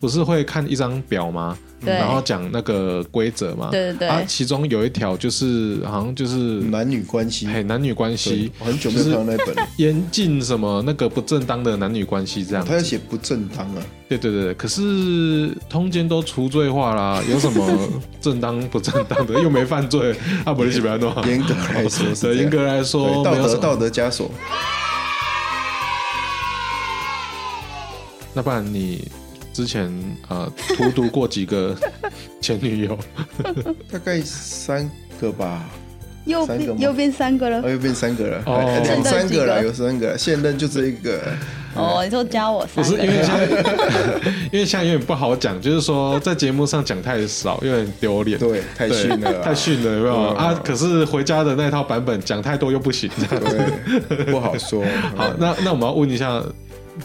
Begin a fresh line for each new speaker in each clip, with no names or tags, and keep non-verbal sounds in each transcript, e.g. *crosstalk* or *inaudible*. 不是会看一张表吗？
对
然后讲那个规则嘛。
对对对
啊，其中有一条就是好像就是
男女关系，
嘿男女关
对
系，
我很久没有看到那本了。
严禁什么那个不正当的男女关系这样
他。要写不正当啊，
对对对，可是通奸都除罪化
*laughs*
啦，有什么正当不正当的？又没犯罪，啊，不是喜欢弄。
严格来说是这
对
样
严格来说
对
没
道
有什
德
么
道德枷锁。
那不然你之前呃荼毒过几个前女友？
大概三个吧，
右
三个吗
边右边三个
哦，
了。
又变三个了，
哦
哎
现
两
在
三
几
个了，
个
有三个，现任就这一个。
哦，你说加我
不是
三
因为
个，
现在，因为现在有点 *laughs* 不好讲，就是说在节目上讲太少，有点丢脸。
对太逊了啊
太逊了，有没有
对啊
啊？可是回家的那套版本讲太多又不行。
对，不好说。
好，那那我们要问一下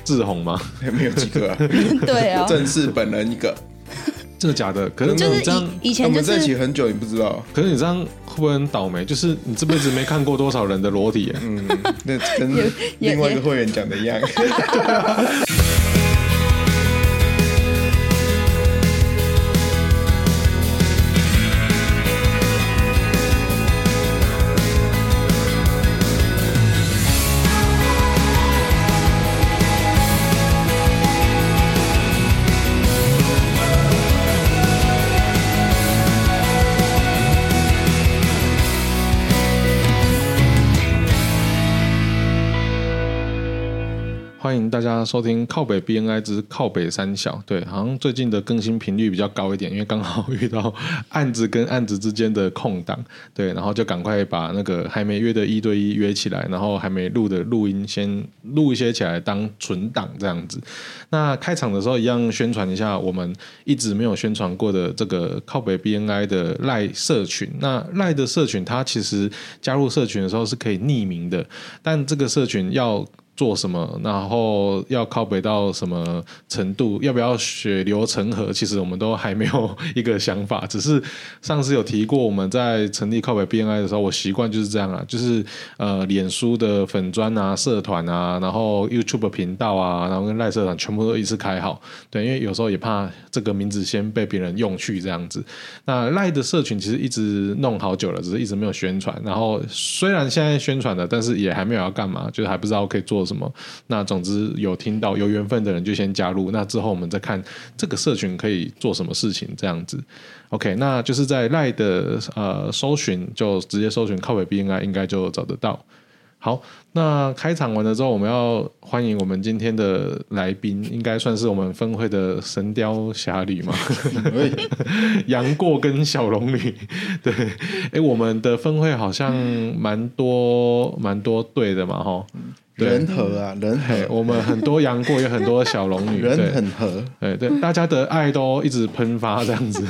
志宏吗？
还没有几个啊，
*laughs* 对啊，
正式本人一个。
真的假的？可是
就
你
是
这样，
以以
我
前就
们在一起
是
很久，你不知道，
可是你这样会不会很倒霉？就是你这辈子没看过多少人的裸体耶、
那跟
也也
另外一个会员讲的一样。
欢迎大家收听靠北 BNI 之靠北三小。对，好像最近的更新频率比较高一点，因为刚好遇到案子跟案子之间的空档，对，然后就赶快把那个还没约的一对一约起来，然后还没录的录音先录一些起来当存档这样子。那开场的时候一样宣传一下我们一直没有宣传过的这个靠北 BNI 的赖社群。那赖的社群，它其实加入社群的时候是可以匿名的，但这个社群要做什么，然后要靠北到什么程度，要不要血流成河，其实我们都还没有一个想法。只是上次有提过，我们在成立靠北 BNI 的时候，我习惯就是这样啊，就是呃，脸书的粉砖啊、社团啊，然后 YouTube 频道啊，然后跟赖社团全部都一次开好。对，因为有时候也怕这个名字先被别人用去这样子。那赖的社群其实一直弄好久了，只是一直没有宣传。然后虽然现在宣传了，但是也还没有要干嘛，就是还不知道可以做什么。那总之有听到有缘分的人就先加入，那之后我们再看这个社群可以做什么事情这样子。OK，那就是在赖的呃搜寻就直接搜寻靠北 BNI 应该就找得到。好，那开场完了之后，我们要欢迎我们今天的来宾，应该算是我们分会的《神雕侠侣》嘛，杨过跟小龙女。 *laughs* 对，哎，我们的分会好像蛮多蛮多对的嘛，哈。
嗯
对
人和啊，人
嘿，
和，
我们很多杨过，也很多小龙女，
*laughs* 人
对
很和。
对对，大家的爱都一直喷发这
*laughs*
样子。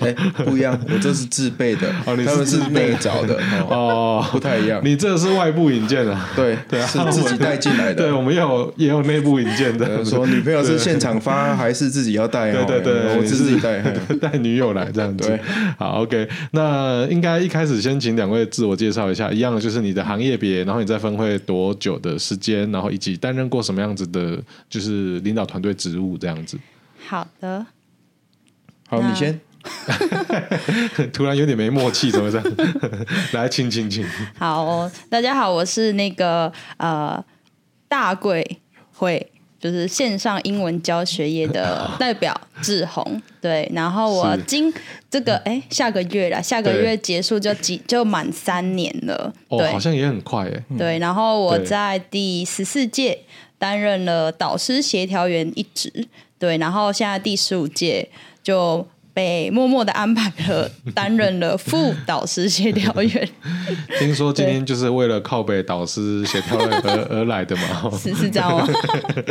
哎，不
*laughs*
一样，我这是自备的，
哦你是
他们是
自备
内找的，哦，
哦，
不太一样。
你这是外部引荐啊？
对
对啊
是自己带进来的。
对，我们也有也有内部引荐的，
呃说女朋友是现场发还是自己要带
对
哦？
对对，
我
你
是自己带。嘿
*laughs* 带女友来这样子
对。
好，OK，那应该一开始先请两位自我介绍一下，一样就是你的行业别，然后你在分会多久的时间，然后以及担任过什么样子的，就是领导团队职务这样子。 *laughs*
好的，
好，
那
你先。
突然有点没默契，怎么这样？ *laughs* 来，请请请。
好哦，大家好，我是那个呃大贵会，就是线上英文教学业
*laughs*
的代表志宏。对，然后我
是
今这个哎下个月啦，下个
对
月结束就几就满三年了。
哦，
对
好像也很快哎。
嗯
对，然后我
对
在第十四届担任了导师协调员一职。对，然后现在第十五届就被默默的安排了，担任了副导师协调
*laughs*
员，
听说今天就是为了靠北导师协调而而而来的嘛。
是是这样吗？
*laughs*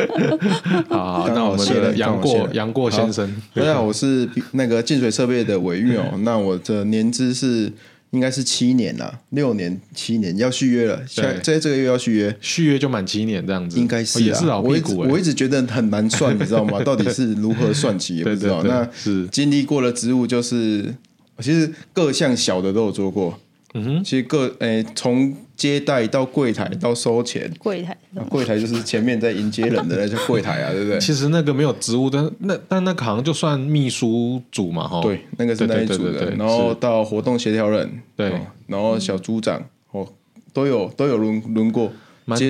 好，好那我们的杨过杨过先生，嗯
大家好，啊我是那个净水设备的伟运哦。那我的年资是应该是七年啦，六年七年要续约了，下
对
在这个月要续约。
续约就满七年这样子，
应该是、啊
哦也是老
我
屁
一直
股
我
哎
一。直觉得很难算，你
*laughs*
知道吗？到底是如何算起也不知道。
对对对
那
是
经历过的职务就是，其实各项小的都有做过。嗯哼，其实各诶，从、接待到柜台到收钱，
柜台
啊柜台就是前面在迎接人
*laughs*
的那叫柜台啊，对不对？
其实那个没有职务，但那但那个好像就算秘书组嘛，哈。
对，那个是那一
哦对
组
对对对
的，
对
然后到活动协调人，
对
哦然后小组长哦，都有都有轮轮过接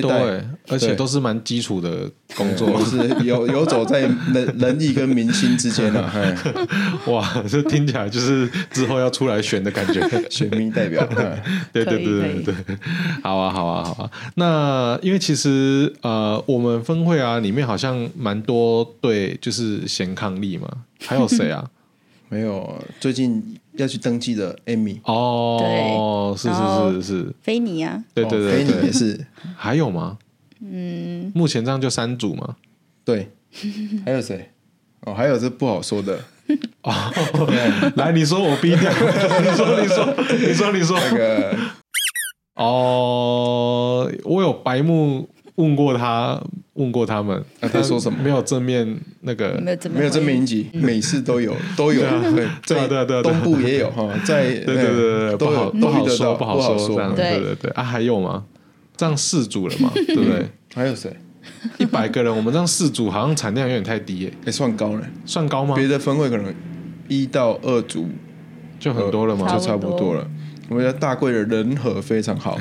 蛮多
待
哎、，而且
对
都是蛮基础的 *laughs* 工作。
就是游游走在仁仁义跟民心之间
*laughs*
啊，嘿
哎哇，这听起来就是之后要出来选的感觉。
*laughs* 选民
*laughs*
代表，嗯
对
可
对
以
对对对，好啊好啊好啊。那因为其实呃，我们分会啊里面好像蛮多对，就是贤伉俪嘛，还有谁
*laughs*
啊？
没有最近要去登记的 Amy，
哦，
对
是
然后
是是是，
菲尼啊，
对对对
哦菲尼
对
也，是，
还有吗？嗯，目前这样就三组嘛。 *laughs*
对，还有谁？哦，还有这不好说的，
来，你说我逼掉， *laughs* 你说你说你说你说
那
*laughs*
个
哦，我有白目问过他，问过他们，
啊他说什么
没有正面那个
没有这么
没有这么一集，每次
*laughs*
都有都有，对，
嗯对啊对啊对啊
在
对啊
东部也有哈，在哎
对对对对，不
都
好
有
不
都
好
遇得
说
到，
不好说这样，
说，
对
对
对对啊，还有吗？这样四组
*laughs*
了嘛，对不对？
还有谁？
一百个人，我们这样四组好像产量有点太低耶，
也哎算高了，
算高吗？
别的分会可能一到二组
就很多了
就
嘛。
差不多了。我觉得大贵的人和非常
*laughs*
好，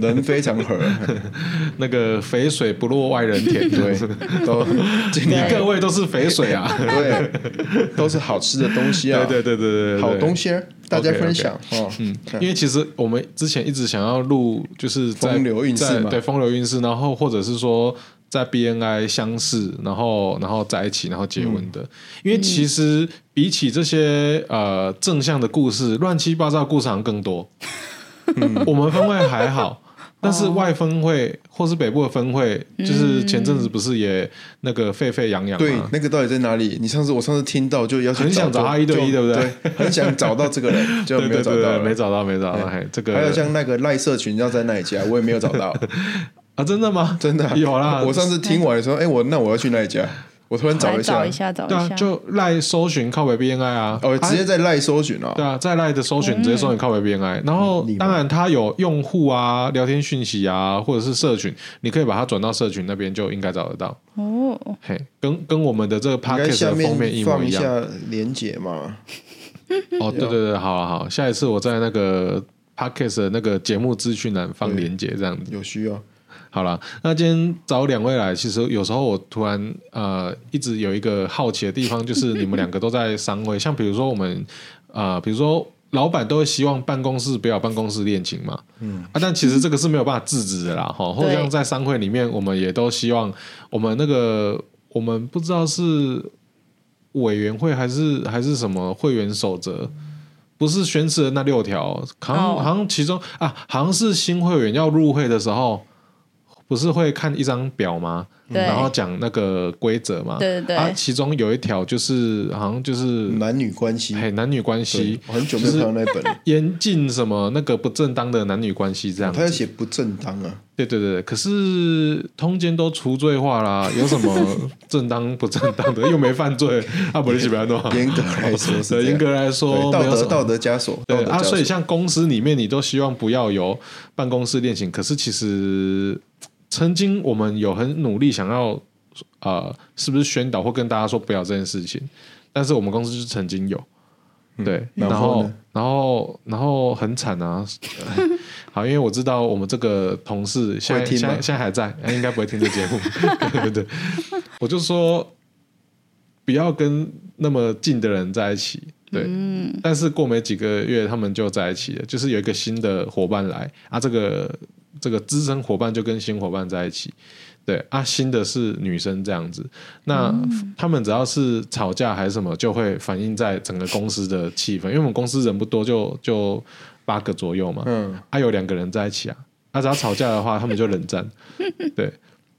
人非常和，
那个肥水不落外人田，
对，都经
你
历
*laughs* 各位都是肥水啊。
对，都是好吃的东西啊，
对对对对对，对
好东。西啊大家
OK，OK
分享哦。
嗯，因为其实我们之前一直想要录，就是在
风流韵事
在
嘛
对风流韵事，然后或者是说在 BNI 相识，然后然后在一起，然后结婚
嗯
的。因为其实比起这些呃正向的故事，乱七八糟的故事好像更多。
嗯
我们分会还
*laughs*
好。但是外分会或是北部的分会，
哦
就是前阵子不是也那个沸沸扬扬
对
吗，？
那个到底在哪里？你上次我上次听到就要去
很想找他一对一
就
对不对
对？很想找到这
*laughs*
个人，就
对
没有
对
找
对
到
对，没
了。
找到，没找到。嘿，这个
还有像那个赖社群要在那里加，我也没有找
*laughs*
到，
啊，真的吗？
真的啊
有啦，
我上次听完的时候，哎，我那我要去那里加，我突然找
来
一下
找一，下找
对啊
一，下，
就赖搜寻靠北 BNI 啊，
哦，直接
啊
在赖搜寻
对
哦，
啊，在赖的搜寻直接搜寻靠北 BNI，然后
嗯厉害
当然它有用户啊、聊天讯息啊，或者是社群，你可以把它转到社群那边就应该找得到。
哦，
嘿，跟跟我们的这个
应该
啊 podcast
下
的封面一
面
模
放
一
一
样。
下连结嘛。
哦，对对对，好啊好，下一次我在那个 podcast 的那个节目资讯栏放
对
链接这样子。
有需要，
好了，那今天找两位来，其实有时候我突然呃，一直有一个好奇的地方，就是你们两个都在商会，像比如说我们呃，比如说老板都会希望办公室不要有办公室恋情嘛，嗯啊，但其实这个是没有办法制止的啦，哈，或者
对
像在商会里面，我们也都希望我们那个我们不知道是委员会还是还是什么会员守则。不是宣誓的那六条，好像、
哦
好像其中啊，好像是新会员要入会的时候，不是会看一张表吗？
对
然后讲那个规则嘛。
对对对
啊，其中有一条就是好像就是
男女关系，
嘿男女关
对
系
我很久没有看到那本了。
严禁什么那个不正当的男女关系这样
他要
子。
写不正当啊，
对对对，可是通奸都除罪化啦，有什么正当不正当的？又没犯罪，啊，不是喜欢弄。
严格来说是
对严格
来
来说，
道
没有什
德
么
道德枷锁，道
对
德
啊，
枷
所以
锁。
像公司里面，你都希望不要有办公室恋情，可是其实曾经我们有很努力想要呃，是不是宣导或跟大家说不要这件事情，但是我们公司就是曾经有，对，
嗯然
然
后
后
呢
然后然后很惨啊。好，因为我知道我们这个同事现在
会听
现在
吗
现在还在，哎应该不会听这
*laughs*
节目。对对对，我就说不要跟那么近的人在一起。对，
嗯
但是过没几个月，他们就在一起了，就是有一个新的伙伴来啊，这个这个资深伙伴就跟新伙伴在一起，对啊，新的是女生这样子。那
嗯
他们只要是吵架还是什么，就会反映在整个公司的气氛，因为我们公司人不多，就就八个左右嘛，
嗯，
啊有两个人在一起啊，啊只要吵架的话，他们就冷战，对，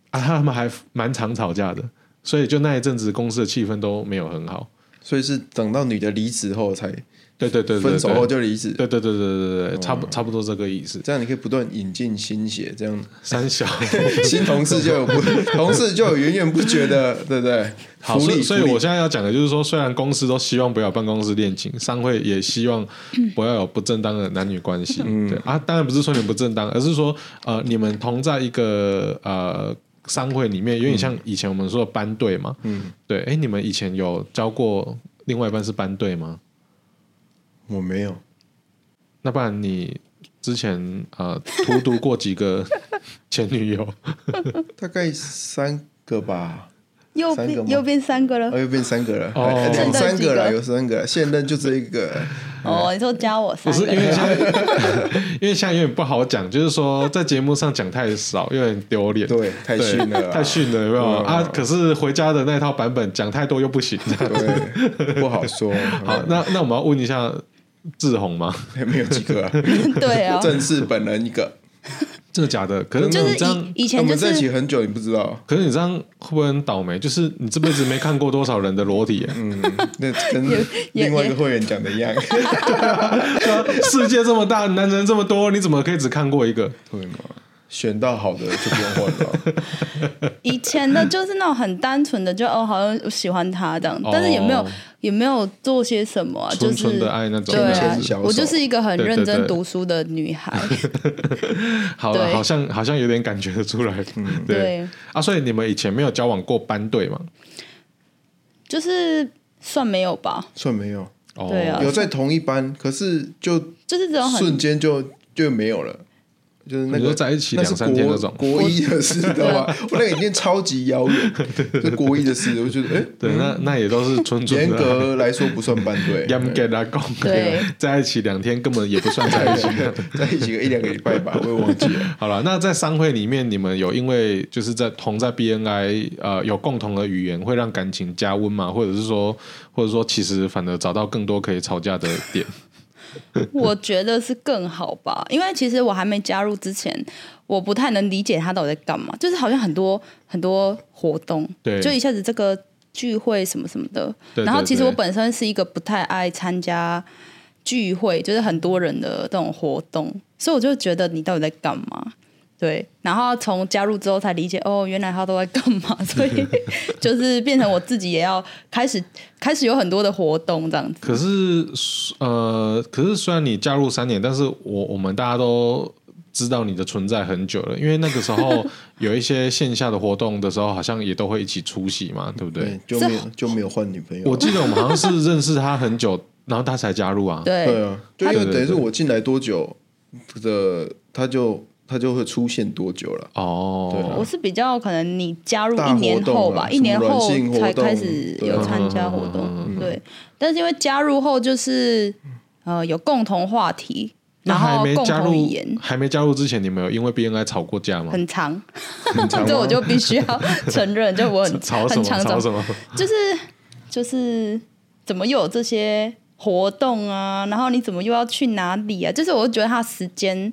啊他们还蛮常吵架的，所以就那一阵子公司的气氛都没有很好。
所以是等到女的离职后才
对对对对对
分手后就哦离职，
对对对对对对对，差不差不多这个意思。
这样你可以不断引进新血，这样 *laughs*
三小，
新同事就有不同事就有源源不绝的，对不对？
好，
福
所以
利，
所以
福利
我现在要讲的就是说，虽然公司都希望不要有办公室恋情，商会也希 *laughs* 望不要有不正当的男女关系。对啊，当然不是说你们不正当，而是说呃，你们同在一个呃商会里面，有点像以前我们说的班队嘛。嗯，对，哎，你们以前有教过另外一半是班队吗？
我没有，
那不然你之前呃荼毒过几个 *laughs* 前女友？
大概三个吧，
右
三个吗
边右边三个了
哦，又变三个了，
哦
哎两
啊现
三个
在几
了，
个
有三个，现任就这一个，
哦，你说加我
*laughs* 不
三
是因为
个，
现在， *laughs* 因为现在有点不好讲，就是说在节目上讲太少，有点丢脸。
对，太
对，
逊了啦，啊
*laughs* 太逊了，有没有
嗯
啊？可是回家的那套版本讲太多又不
*laughs*
行。
对，不好说，
好，那那我们要问一下志宏吗？
还没有几个啊，
*laughs* 对啊，
正式本人一个，
真的假的？可是
真的
你
就是
这样，
以以
我
前就
们在一
是
起很久，你不知道，
可是你这样会不会很倒霉？就是你这辈子没看过多少人的裸体啊耶、
嗯那跟
也也
另外一个会员讲的一
*laughs*
样，
对啊世界这么大，男人这么多，你怎么可以只看过一个？
对吗？选到好的就不用换了，
以前的就是那种很单纯的，就哦，好像喜欢他这样
哦，
但是也没有也没有做些什么啊，就
纯纯
是
的爱那种
对
牵
啊
牵小手，
我就是一个很
对对
认
对
真读书的女孩，
好了，
对
好像好像有点感觉得出来。 *laughs*
嗯
对
对
啊，所以你们以前没有交往过班队嘛？
就是算没有吧，
*laughs* 算没有，
哦
对啊
有在同一班，可是就
就是这种
瞬
很
间就就没有了。就是那
你说
个
在一起
那是
两三天
国
那种
国一的事，
*laughs*
知道
啊
吧？我那个已经超级遥
*laughs*
远，就国一的事，我觉得哎，
对，那那也都是纯纯的爱。
严格来说不算班队，
*laughs* 严格来讲，
对
在一起两天根本也不算在一起。
在一起个一两个礼拜
*laughs*
吧，我也忘记了。
好了，那在商会里面，你们有因为就是在同在 BNI 呃有共同的语言，会让感情加温吗？或者是说，或者说其实反而找到更多可以吵架的点？ *laughs*
我觉得是更好吧，因为其实我还没加入之前，我不太能理解他到底在干嘛，就是好像很多很多活动，
对
就一下子这个聚会什么什么的，
对
然后
对
其实我
对
本身是一个不太爱参加聚会，就是很多人的这种活动，所以我就觉得你到底在干嘛？对，然后从加入之后才理解，哦，原来他都在干嘛， *laughs* 所
*laughs*
以就是变成我自己也要开始开始有很多的活动这样子。
可是呃，可是虽然你加入三年，但是我我们大家都知道你的存在很久了，因为那个时
*laughs*
候有一些线下的活动的时候，好像也都会一起出席嘛，对不对？
对，就没有就没有换女朋友。
我记得我们好像是认识他很久，然后他才加入啊。
对，
对啊，就因
对
为
对
等于是
对
我进来多久的，他就他就会出现多久了。
哦，
对啊
我是比较可能你加入
大
一年
活动
后
啊
吧，
什
一
么
年
软
后
性活
才
动
开始
对
有
啊
参加活
嗯
动，对。但是因为加入后就是呃有共同话题，
那
然
还
后
没
共
加
同语
入
言，
还没加入之前，你们有因为 BNI 吵过架吗？
很长，
长
*laughs*
吗
这我就必须要承
*laughs*
认，就我很
吵什
很
么？
常
吵
找
什么？
就是就是怎么又有这些活动啊？然后你怎么又要去哪里啊？就是我就觉得他时间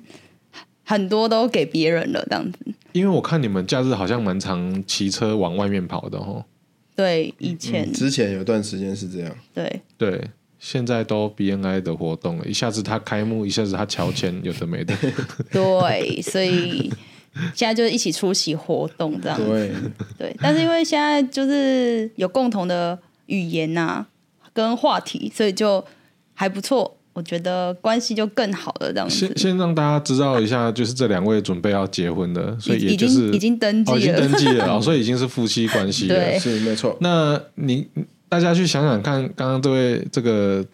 很多都给别人了，这样子。
因为我看你们假日好像蛮常骑车往外面跑的哦。
对，以前、
嗯之前有段时间是这样，
对
对，现在都 BNI 的活动了，一下子他开幕，一下子他乔迁，有的没
*laughs*
的。 *laughs*
对，所以现在就是一起出席活动这样子。
对，
对，但是因为现在就是有共同的语言呐、跟话题，所以就还不错。我觉得关系就更好了，这样子
先。先让大家知道一下，就是这两位准备要结婚了，所以
已
也
已
就
经
是
已经登记
哦，已经
了
登记
*laughs*
了，哦所以已经是夫妻关系了。
对
是没错。
那你大家去想想看，刚刚这位这个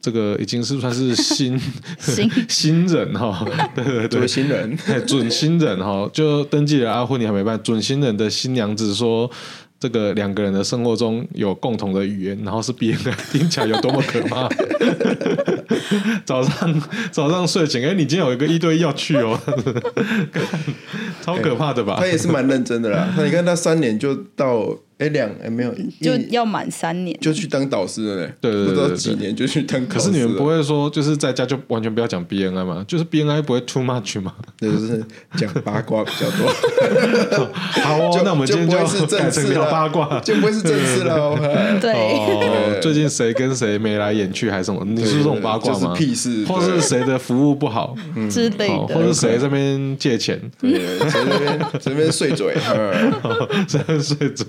这个已经是算是新
新
*laughs* 新人哈、对对
作
对
为，新
*laughs*
人，
啊哎准新人哈、就登记了阿婚，你还没办，准新人的新娘子说。这个两个人的生活中有共同的语言，然后是 BNI，听起来有多么可怕。 *laughs* 早上早上睡醒，哎、你今天有一个一对一要去哦， *laughs* 干超可怕的吧？
他也是蛮认真
*laughs*
的啦。他你看他三年就到，哎两哎没有，
就
一
要满
*laughs*
三年，
就去当导师了嘞，
对对对
不知
对
道
对
几年就去当导
可
师
是
了。
你们不会说，就是在家就完全不要讲 BNI 嘛？就是 BNI 不会 too much 吗？
对，就是讲八卦比较多，
*laughs* 好哦
就，
那我们今天
就
就
不会
要 *laughs*
是
改
正
成
式
聊
了，
八卦，
就不会是正式了哦。
对，
*laughs*
哦，最近谁跟谁眉来眼去还是什么？你是这种八卦吗？
就是屁事
或是谁的服务不好，
*laughs* *laughs* 之类
哦，或
的
是。谁这边借钱， *laughs*
*laughs* 对，在那边在那边碎嘴， *laughs* 嗯
哦谁睡着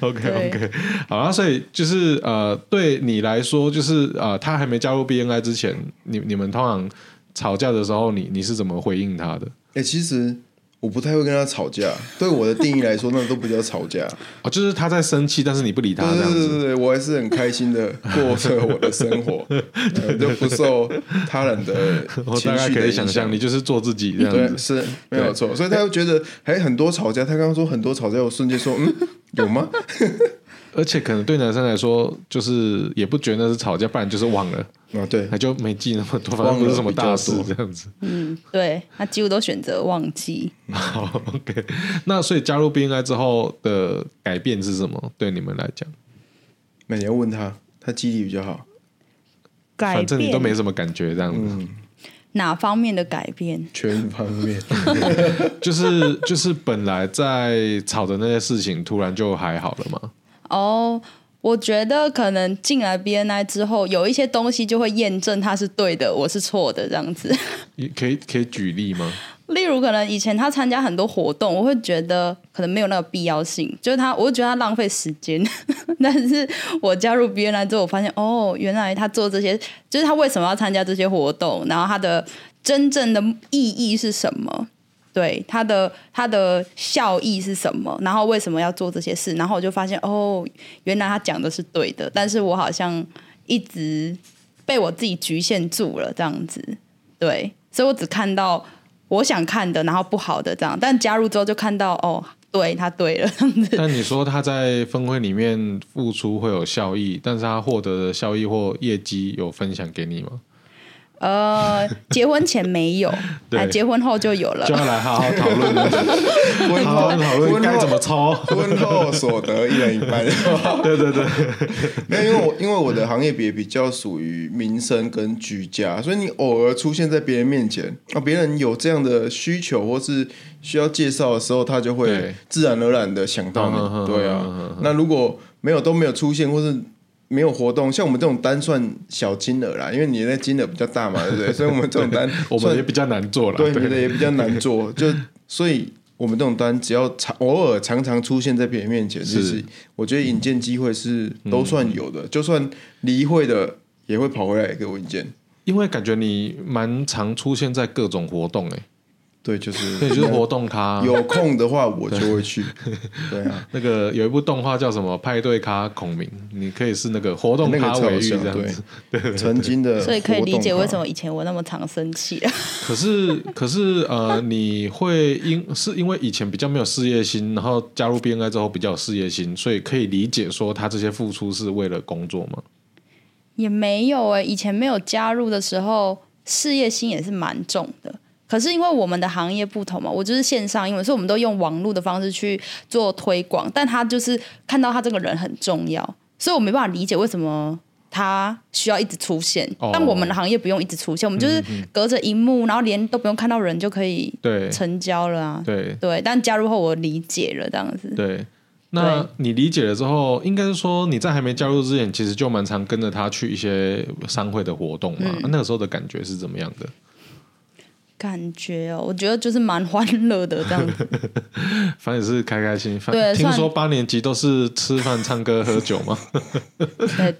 ？OK
对
OK，好那所以就是呃，对你来说，就是呃，他还没加入 BNI 之前，你你们通常吵架的时候，你你是怎么回应他的？
哎，其实我不太会跟他吵架，对我的定义来说，那都不叫吵架。
哦，就是他在生气，但是你不理他
对
这样
对对
子。
对，我还是很开心的过着我的生
*laughs*
活，呃就不受他人的
我大
呃情
概
绪
可
的
以
影
想象，
响
你。就是做自己这样
对，
子。
是没有错，所以他又觉得还很多吵架。他刚刚说很多吵架，我瞬间说
*laughs*
嗯，有吗？
而且可能对男生来说，就是也不觉得那是吵架，不然就是忘了，
啊，对
那就没记那么多，反正不是什么大事这样子。
嗯，对，他几乎都选择忘记。
好，OK。那所以加入 BNI 之后的改变是什么？对你们来讲，
那你要问他，他记忆力比较好，
改
反正你都没
变
什么感觉，这样子，
哪方面的改变？
全方面。
就是就是本来在吵的那些事情，突然就还好了嘛。
哦、我觉得可能进来 BNI 之后，有一些东西就会验证他是对的，我是错的这样子。 *laughs*
你可以可以举例吗？
例如，可能以前他参加很多活动，我会觉得可能没有那个必要性，就是他，我会觉得他浪费时间。 *laughs* 但是我加入 BNI 之后，我发现哦，原来他做这些，就是他为什么要参加这些活动，然后他的真正的意义是什么？对他的他的效益是什么？然后为什么要做这些事？然后我就发现哦，原来他讲的是对的，但是我好像一直被我自己局限住了，这样子。对，所以我只看到我想看的，然后不好的这样。但加入之后就看到哦，对他对了这样子。
但你说他在分会里面付出会有效益，但是他获得的效益或业绩有分享给你吗？
呃，结婚前没有，
*laughs* 对
哎，结婚后就有了
就。要来好好讨论，*laughs*
问
好好讨论
问
该怎么抽。 *laughs*
婚后所得一人一半。
对对对，
*laughs* 没有，因为我因为我的行业别比较属于民生跟居家，所以你偶尔出现在别人面前，啊，别人有这样的需求或是需要介绍的时候，他就
对
会自然而然的想到
嗯哼
你。对
嗯哼
啊，那如果没有都没有出现，或是没有活动，像我们这种单算小金额啦，因为你那金额比较大嘛，对不对？所以我们这种
*laughs*
单
我
算
们也比较难做了。
对，觉得也比较难做。
*laughs*
就所以，我们这种单只要常偶尔常常出现在别人面前，其实我觉得引荐机会是都算有
嗯
的，就算离会的也会跑回来给我引荐。
因为感觉你蛮常出现在各种活动、欸，哎，
对，就是
对，就是啊活动咖。
有空的话我就会去。对
*laughs*
啊，
那个有一部动画叫什么《派对咖孔明》，你可以是那个活动
那个
咖
超
尾
有
玉
效
这样子。
对，曾经的活动卡，
所以可以理解为什么以前我那么常生气了。 *laughs*
可是 *laughs* 可是呃，你会因是因为以前比较没有事业心，然后加入 BNI 之后比较有事业心，所以可以理解说他这些付出是为了工作吗？
也没有哎、以前没有加入的时候，事业心也是蛮重的。可是因为我们的行业不同嘛，我就是线上英文，所以我们都用网络的方式去做推广。但他就是看到他这个人很重要，所以我没办法理解为什么他需要一直出现。
哦嗯
但我们的行业不用一直出现，我们就是隔着荧幕，然后连都不用看到人就可以
对
成交了啊。
对
对，但加入后我理解了这样子。
对。那
对
你理解了之后，应该是说你在还没加入之前，其实就蛮常跟着他去一些商会的活动
嗯
嘛。那个时候的感觉是怎么样的？
感觉哦，我觉得就是蛮欢乐的这样子。
反正也是开开心。反
对
听
算
说八年级都是吃饭、唱歌、喝酒
*laughs*
嘛。
对，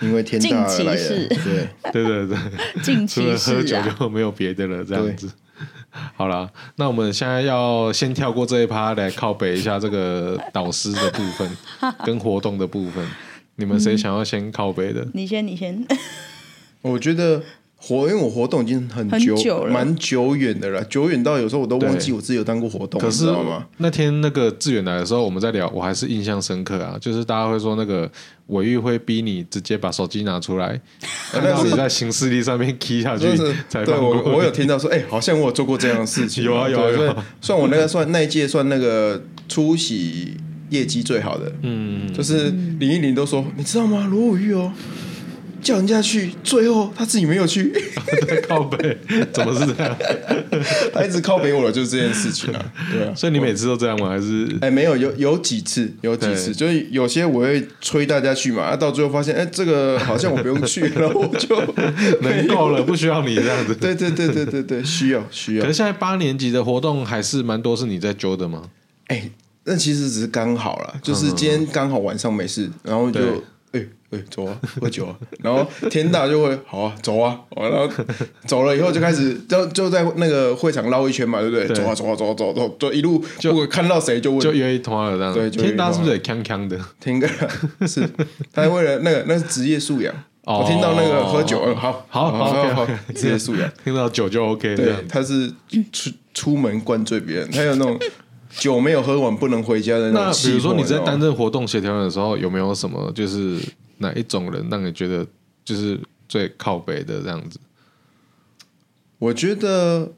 因为天大而来
近期
的，
对
对，
对
*laughs*
对，
近
除
期
了喝
是
酒
啊。
就没有别的了，这样子。好啦，那我们现在要先跳过这一趴，来靠北一下这个导师的部
*laughs*
分跟活动的
嗯
部分。你们谁想要先靠北的？
你先，你先。
我觉得活，因为我活动已经很
很
久
久了
蛮久远的了，久远到有时候我都忘记
对
我自己有当过活动，
可
你知
是
道吗？
那天那个志远来的时候，我们在聊，我还是印象深刻啊。就是大家会说那个尾玉会逼你直接把手机拿出
*laughs*
来，看到你在行事历上面 key 下去
*laughs* 真的是，
才
对
放
我
过你
我有听到说，哎、好像我有做过这样的事情，
*laughs* 有啊有啊
对
有啊
所以算我那个算那一届算那个出席业绩最好的，嗯，就是林依林都说，你知道吗？罗武玉哦，叫人家去，最后他自己没有去， *laughs*
在靠背，怎么是这样？
他一直靠北我了，就是这件事情啊，对啊，
*laughs* 所以你每次都这样吗？还
*laughs*
是
哎、没有，有有几次，有几次，
对
就是有些我会催大家去嘛，啊，到最后发现，哎、这个好像我不用去，然 *laughs* 后我就
能够了，不需要你这样子？
对对对对对对，需要需要
可是。现在八年级的活动还是蛮多是你在揪的吗？
哎、那其实只是刚好啦，就是今天刚好晚上没事，然后就
嗯对
哎哎、走啊，喝酒啊， *laughs* 然后天大就会好啊，走啊，哦然后走了以后就开始 *laughs* 就就在那个会场绕一圈嘛，对不对？
对
走啊走啊走啊走啊走啊，就一路
就
如果看到谁就问，
就约一团了这样子。
对就约一
天
团
大
了
是不是也锵锵的？
听个 *laughs* 是，他为了那个那是职业素养，
哦
我听到那个喝酒，嗯好
好
好
好
好，
好
好职业素
*laughs*
养，
听到酒就 OK 这
对
样，子。
他是出出门灌醉别人，他有那种酒没有喝完不能回家的那
那
种
比
气魄。
如说你在担
你知道吗
任活动协调的时候，有没有什么就是哪一种人让你觉得就是最靠北的这样子？
我觉得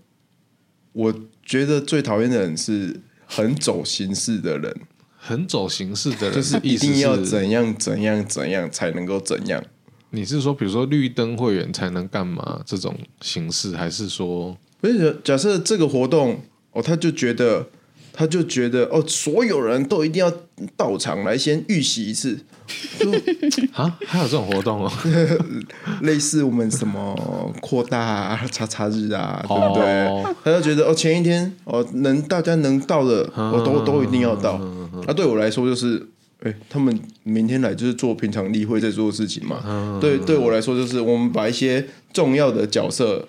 我觉得最讨厌的人是很走形式的人，
很走形式的人，
*laughs* 就是
意
一
思
定要
是
怎样怎样怎样才能够怎样。
你是说，比如说绿灯会员才能干嘛这种形式，还是说
不是，假设这个活动哦，他就觉得，他就觉得哦，所有人都一定要到场来先预习一次，
啊还有这种活动哦？
类似我们什么扩大啊、叉叉日啊，对不 *laughs* 对？
哦
他就觉得哦，前一天哦，能大家能到的，
啊
我都都一定要到。那、对我来说就是。哎、他们明天来就是做平常例会在做的事情嘛。
啊
对，对我来说就是我们把一些重要的角色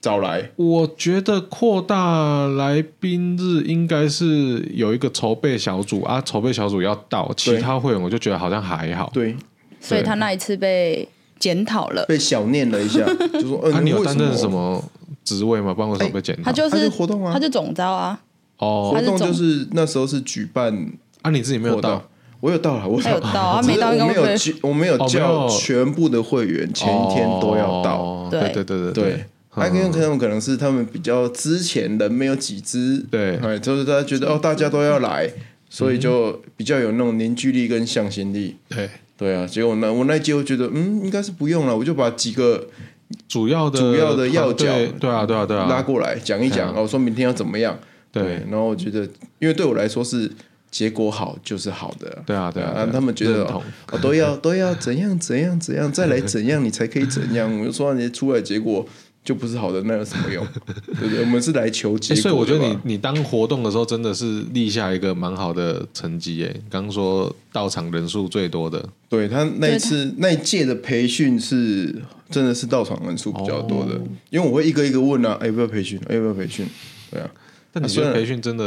找来，
我觉得扩大来宾日应该是有一个筹备小组啊，筹备小组要到，其他会员我就觉得好像还好。
对，
所以他那一次被检讨了，
被小念了一
*laughs*
下，就说：“嗯、
啊，你有
为
担
什
任
么
什么职位吗？不然为什么被检讨
哎他？就是
他是活动啊
他就总招啊，
哦，
活
还是
动
总
就是那时候是举办
啊，你自己没有
活
到
动，，我有到了，我
他有到，啊他没到
只
应该
是哦我没有
会
哦没
叫我没有叫
有
全部的会员前一天都要到，
哦
对
对对对嗯
对。他跟他们可能是他们比较之前人没有几支，
对嗯
哎，就是大家觉得哦，大家都要来，所以就比较有那种凝聚力跟向心力。
对，
对啊，结果呢，我那一届我觉得，嗯，应该是不用了，我就把几个
主要的
主要的要角
对对啊对啊对啊，
拉过来讲一讲，
对啊
哦，说明天要怎么样。
对
然后我觉得，因为对我来说是结果好就是好的啊，
对啊对啊对啊
啊他们觉得
认同
*laughs* 哦都要都要怎样怎样怎样，再来怎样你才可以怎样。
*laughs*
我就说你出来结果就不是好的，那有什么用？对不对？我们是来求结
诶所
果的吧，
以我觉得你你当活动的时候真的是立下一个蛮好的成绩诶。刚刚说到场人数最多的，
对他那一次那一届的培训是真的是到场人数比较多的，因为我会一个一个问啊，哎要不要培训？哎要不要培训？对啊，
但你
啊
觉
虽然
得培训真的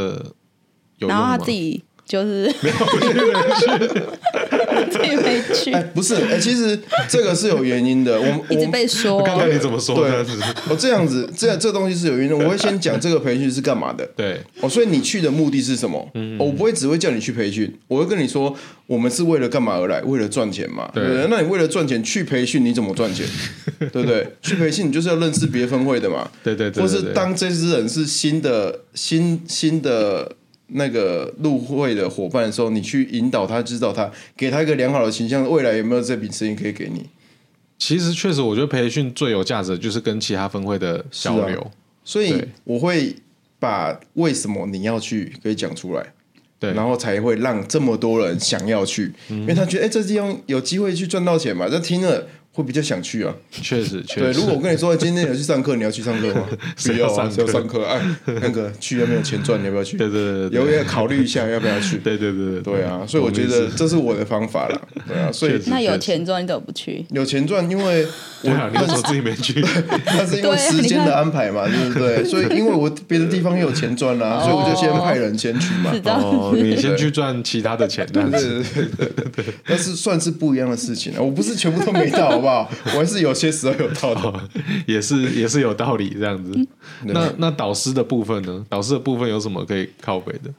有用
然后
吗
他？
*laughs*
自己就是没有 *laughs* 自己没去，
哎不是，哎其实这个是有原因的，我们
一
我
直
们
被说
刚刚你怎么说
对 *laughs*
的？是不是
我这样子，这这东西是有原因的。我会先讲这个培训是干嘛的。
对，
哦，所以你去的目的是什么？哦我不会只会叫你去培训，我会跟你说，我们是为了干嘛而来？为了赚钱嘛，对
对
不对？那你为了赚钱去培训，你怎么赚钱？对不对？去培训你就是要认识别分会的嘛，
对对对
或
对
是
对
当这些人是新的新新的那个入会的伙伴的时候，你去引导他、指导他，给他一个良好的形象，未来有没有这笔生意可以给你？
其实确实，我觉得培训最有价值的就是跟其他分会的交
是啊
流。
所以
对
我会把为什么你要去给讲出来，
对，嗯
然后才会让这么多人想要去，因为他觉得哎、诶这地方有机会去赚到钱嘛，这听了会比较想去啊。
确实确实，
*laughs* 对，如果我跟
*laughs*
你说哎今天有去上课，你要去上课吗？不
谁 *laughs*
要
要
啊，
上
谁要
课
上课啊？那个去要没有钱赚，你要不要去？
对对对对
有要考虑一下要不要去。
对对对
对啊，所以我觉得这是我的方法
*laughs*
啦。对啊，所以
确实
那有钱赚你怎么不去？
有钱赚，因为
对啊，你为什么自己没
*laughs*
去？
那是因
啊
为时间的安排嘛，对
*laughs*
不对？所以因为我别的地方也有钱赚啦、所以我就先派人先去嘛。
是这样子，
哦，你先去赚其他的钱，这样
对
子。
对对对对，那是算是不一样的事情啊！我不是全部都没到，不好？
*laughs*
我是有些时候有
*laughs*
套的。
哦也是也是有道理这样子。
嗯
那那导师的部分呢？导师的部分有什么可以靠北的？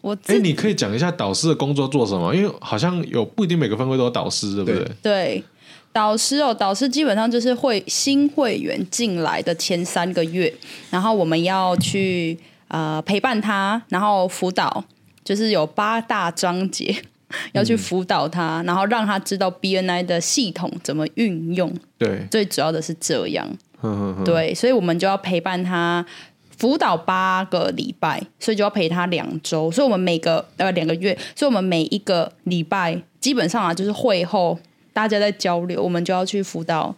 我
哎、
自
你可以讲一下导师的工作做什么？因为好像有不一定每个分会都有导师，对不对？
对，导师哦，导师基本上就是会新会员进来的前三个月，然后我们要去呃陪伴他，然后辅导，就是有八大章节 *laughs* 要去辅导他，然后让他知道 BNI 的系统怎么运用，
对，
最主要的是这样。
嗯嗯嗯，
对，所以我们就要陪伴他辅导八个礼拜，所以就要陪他两周，所以我们每个呃两个月，所以我们每一个礼拜基本上啊就是会后大家在交流，我们就要去辅导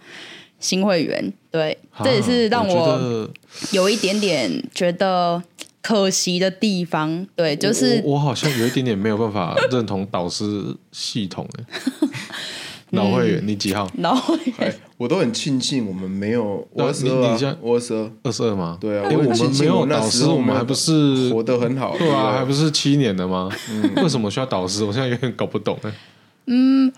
新会员，对，这也是让
我觉
我
得
有一点点觉得可惜的地方，对，就是
我我我好像有一点点没有办法认同导师系统诶。
*laughs*
老会
嗯
员，你几号？
然后
哎，我都很庆幸我们没有，
那
我二十二
你你像
啊，我二十二。
二十二吗？
对啊
因为我
我很庆
们
幸
没有
我那
导
时
师，
候
我们
没有
还不是
活得很好，嗯
对啊，还
不
不是七年的吗？为什么需要导师？我现在有点搞不懂哎。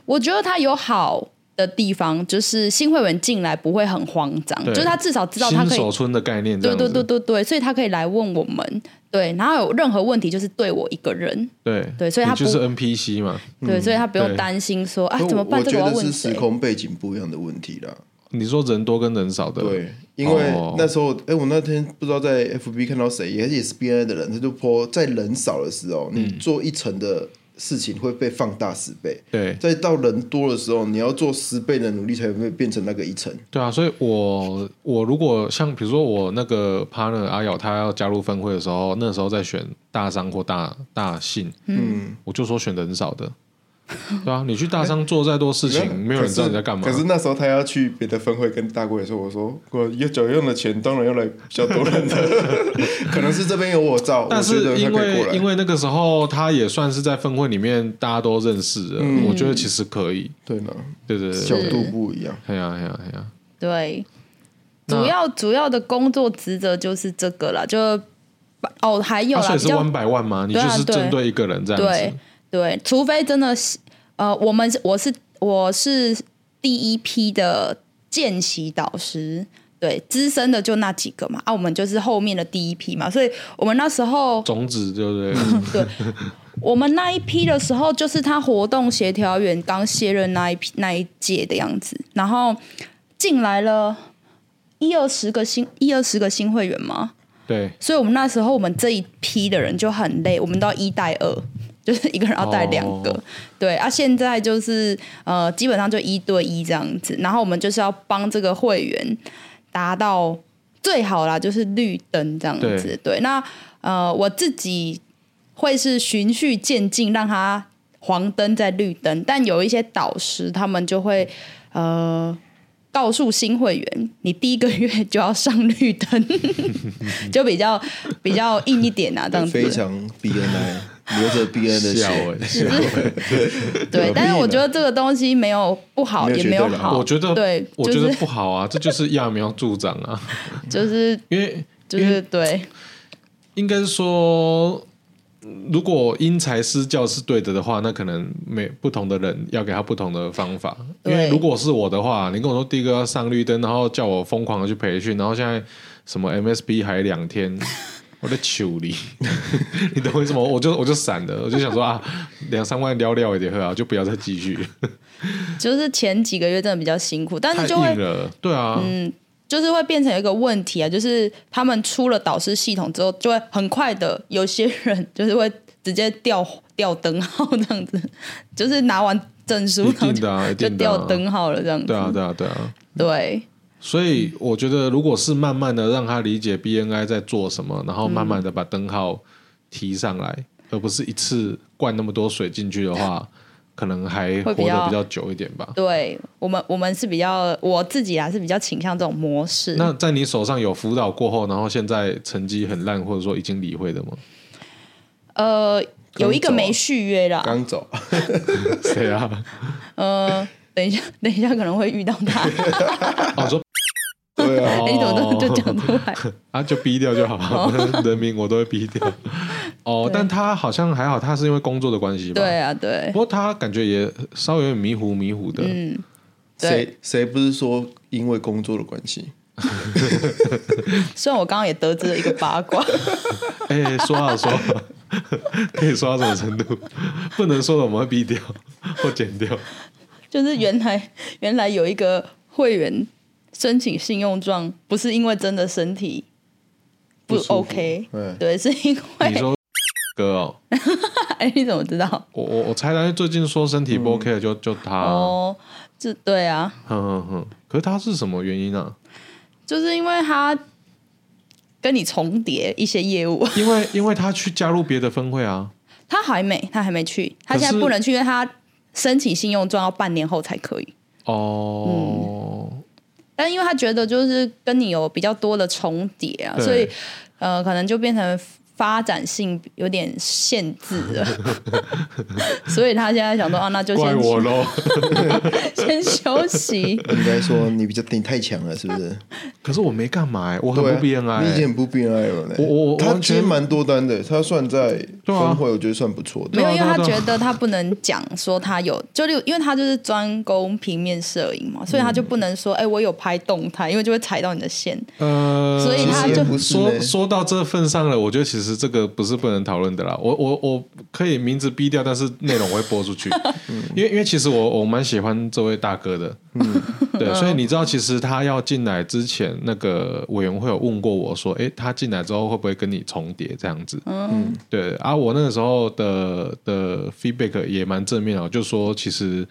我觉得他有好。的地方就是新会员进来不会很慌张，
对
就是他至少知道他
新
可以
手村的概念，这
对
样
对
子
对对对，所以他可以来问我们，对，然后有任何问题就是对我一个人，
对
对所以
你
他
就
不
是 NPC 嘛。
对，所以他不
嗯
用
对
担心说啊
我
怎么办，
我
这个
觉
我要
得
问
是时
谁。
空背景不一样的问题啦。
你说人多跟人少的，
对，因为
哦
那时候，哎、我那天不知道在 FB 看到谁，也也是 E BNI 的人，他就说，在人少的时
嗯
候，你做一层的事情会被放大十倍，
对
在到人多的时候，你要做十倍的努力才会变成那个一层。
对啊，所以我我如果像比如说我那个 partner 阿瑶，他要加入分会的时候，那时候在选大商或大大信，嗯，我就说选人少的， *laughs* 对啊，你去大商做再多事
*laughs*
情，没有人知道你在干嘛
可。是那时候他要去别的分会跟大贵说，我说我要脚用的钱当然要来比较
*laughs*
多人的，可能是这边有我照，
但
我觉
是
得他
因
可以过
为
来
因为那个时候他也算是在分会里面大家都认识了，
嗯
我觉得其实可以，
对呢，
对对对
角
对，
度不一样。
哎呀哎呀哎呀，
对，
那
主要主要的工作职责就是这个啦，就哦还有
他
啦，
啊所以
比
是
较
one by one 吗？你就
对啊
是
对
针对一个人这样
对
子，
对，除非真的是呃，我们是我是我是第一批的见习导师，对，资深的就那几个嘛，啊，我们就是后面的第一批嘛，所以我们那时候
种子对
*laughs*
不对？
我们那一批的时候，就是他活动协调员刚卸任那一批那一届的样子，然后进来了一二十个新一二十个新会员嘛，
对，
所以我们那时候我们这一批的人就很累，我们都要一带二， *laughs* 就是一个人要带两个，
哦
对啊，现在就是呃基本上就一对一这样子，然后我们就是要帮这个会员达到最好啦，就是绿灯这样子，对，那呃我自己会是循序渐进，让他黄灯再绿灯，但有一些导师他们就会呃。告诉新会员，你第一个月就要上绿灯， *laughs* 就比较比较硬一点啊，这样子。
非常 BNI，流着 BNI 的
笑
血，
哎。
对，但是我觉得这个东西没有不好，
没有
也
绝
没
对
有
的
好。
我觉得，
对，
我觉
就
得
是
不好啊，这就是揠苗助长啊，
就是
因为
*laughs* 就是对，
应该说。如果因材施教是对的的话，那可能每不同的人要给他不同的方法。因
对
为如果是我的话，你跟我说第一个要上绿灯，然后叫我疯狂的去培训，然后现在什么 MSB 还两天，我在求你， *laughs* 你懂我意思吗？我就我就闪了，我就想说啊，两三万撩撩一点喝啊，就不要再继续，
就是前几个月真的比较辛苦，但
太
是就会嗯
硬了。对啊，
就是会变成一个问题啊，就是他们出了导师系统之后，就会很快的有些人 *laughs* 就是会直接掉掉灯号这样子，就是拿完证
一
书然后
定
就
的啊，一
就
定的
掉
啊。
灯号了这样子。
对啊，对啊，对啊。
对
所以我觉得，如果是慢慢的让他理解 BNI 在做什么，然后慢慢的把灯号提上来，而不是一次灌那么多水进去的话，可能还活
会
得
比较
比较久一点吧。
对，我们我们是比较我自己啊是比较倾向这种模式。
那在你手上有辅导过后，然后现在成绩很烂，或者说已经理会的吗？
呃，有一个
刚走啊
没续约啦，
刚走，
谁啊？
呃，等一下，等一下可能会遇到他。
*laughs* 哦，说
对啊，
哎、你怎么都就讲出来？
啊，就逼掉就好， *laughs* 人名我都会逼掉。哦，但他好像还好，他是因为工作的关系吧？
对啊，对
不，过他感觉也稍微有点迷糊迷糊的，
嗯，对
谁谁不是说因为工作的关系？
虽然我刚刚也得知了一个八卦，
哎、说好说好，可以说到什么程度？不能说的我们会逼掉或剪掉。
就是原来原来有一个会员申请信用状，不是因为真的身体不
不舒服
OK，
对
对，是因
你
为
说哥哦，
哎，你怎么知道？
我我我猜他最近说身体不 OK 的就就他，哼
嗯哦，这对啊，
哼哼。可是他是什么原因啊？
就是因为他跟你重叠一些业务，
因为因为他去加入别的分会啊，
他还没，他还没去，他
可是
现在不能去，因为他申请信用状要半年后才可以。
哦，
嗯但因为他觉得就是跟你有比较多的重叠啊，
对
所以呃，可能就变成发展性有点限制了。
*laughs*
所以他现在想说啊，那就
怪
先
我喽。
先休息。
应该说你比较你太强了，是不是？
*laughs* 可是我没干嘛、欸，我很
对啊
不 BNI，、
你已经
欸、
很不 BNI 了呢。
我我我
他
完全
接蛮多单的，他算在
对啊
分会，我觉得算不错的
没。有，因
*laughs*
为
对啊
他
对啊
觉得他不能讲说他有，就例如因为他就是专攻平面摄影嘛，所以他就不能说哎、我有拍动态，因为就会踩到你的线。
呃，
所以他
其实也
就
不是
说
呢，
说到这份上了，我觉得其实这个不是不能讨论的啦。我我我可以名字逼掉，但是内容我会播出
*laughs*
去，因为因为其实我我蛮喜欢这位大哥的，
嗯
对，所以你知道，其实他要进来之前，那个委员会有问过我说，诶，他进来之后会不会跟你重叠这样子？嗯，对啊，我那个时候的的 feedback 也蛮正面哦，就说其实。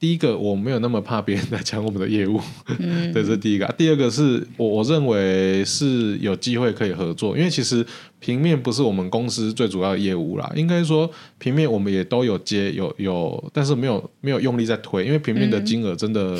第一个，我没有那么怕别人来抢我们的业务，对，这是第一个。啊第二个是我我认为是有机会可以合作，因为其实平面不是我们公司最主要的业务啦，应该说平面我们也都有接有有，但是没有没有用力在推，因为平面的金额真的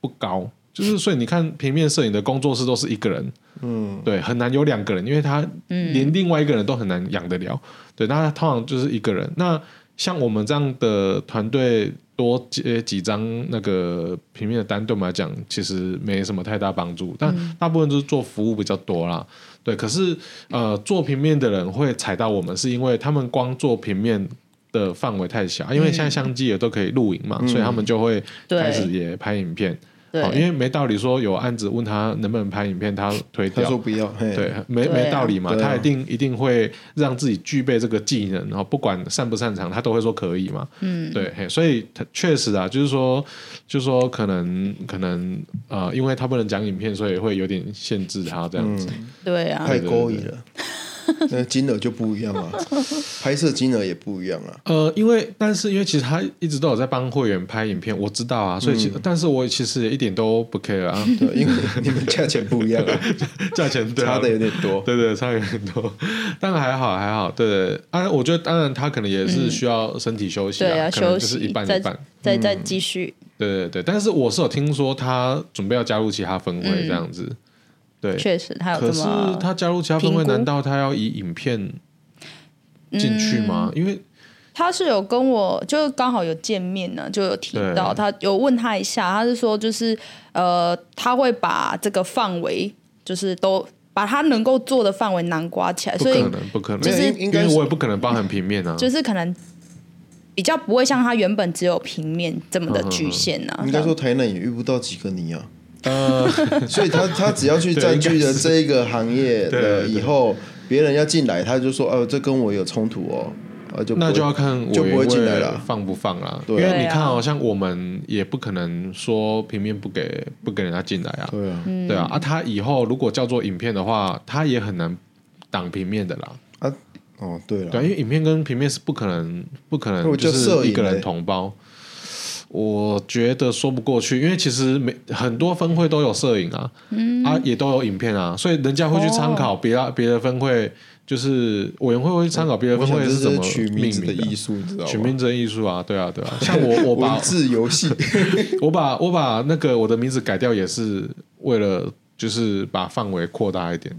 不高。就是，所以你看，平面摄影的工作室都是一个人，嗯，对，很难有两个人，因为他连另外一个人都很难养得了，对，那他通常就是一个人。那像我们这样的团队多接几张那个平面的单，对我们来讲其实没什么太大帮助，但大部分就是做服务比较多啦。对，可是呃，做平面的人会踩到我们，是因为他们光做平面。的范围太小，因为现在相机也都可以录影嘛，所以他们就会
对
开始也拍影片。
对，
哦，因为没道理说有案子问他能不能拍影片，他推
他
掉。
说不要，嘿
对，没
对啊
没道理嘛，
对啊
他一定一定会让自己具备这个技能，然后不管擅不擅长，他都会说可以嘛。嗯，对，嘿所以他确实啊，就是说，就是说可能可能呃，因为他不能讲影片，所以会有点限制他这样子。
嗯
对
嗯
啊，
太勾引了。那金额就不一样
*laughs*
啊，拍摄金额也不一样啊。
呃，因为但是因为其实他一直都有在帮会员拍影片，我知道啊，所以其、
嗯
但是我其实也一点都不 care 啊，
对，因为 *laughs* 你们价钱不一样啊，
价钱 *laughs* 对啊
差的有点多。
对对，差远很多，但还好还好，对对，啊，我觉得当然他可能也是需要身体休息、啊，
嗯对啊，
可能
休
就是
息
一半
再
一半，
再再继续。
对对对，但是我是有听说他准备要加入其他分会这样子，对，
嗯确实，他有
可
这
是
么
他加入其他分会，
评估
难道他要以影片进去吗？
嗯
因为
他是有跟我，就刚好有见面呢，就有提到他有问他一下，他是说就是呃，他会把这个范围就是都把他能够做的范围囊括起来，
不
所以
可能，不可能，
就是
因为
应该是
因为我也不可能包含平面啊，
就是可能比较不会像他原本只有平面这么的局限啊。
嗯
应该说台南也遇不到几个你啊。呃， *laughs* 所以他他只要去占据了这一个行业
对对
的以后，别人要进来，他就说哦，这跟我有冲突哦，啊就不
那
会
就要看
就
委员
不会进来
会
了。
放不放啦。因
对啊
为你看哦，好像我们也不可能说平面不给不给人家进来啊。
对啊，
对啊，啊，他以后如果叫做影片的话，他也很难挡平面的啦。
啊，哦对
对啊、
了，
因为影片跟平面是不可能，不可
那
能
我
就
就是摄
一
影
个人
嘞
同胞。我觉得说不过去，因为其实每很多分会都有摄影啊，
嗯
啊也都有影片啊，所以人家会去参
哦
考别啊的别的分会，就是委员会会去参考别的
我
分
想
会
这
怎么
取名
命
字的
名
艺术，你知道
取
吗
名？字的艺术啊，对啊，对啊。
*laughs*
像我，我把
文字
*laughs*
游戏，
我把我把那个我的名字改掉，也是为了就是把范围扩大一点。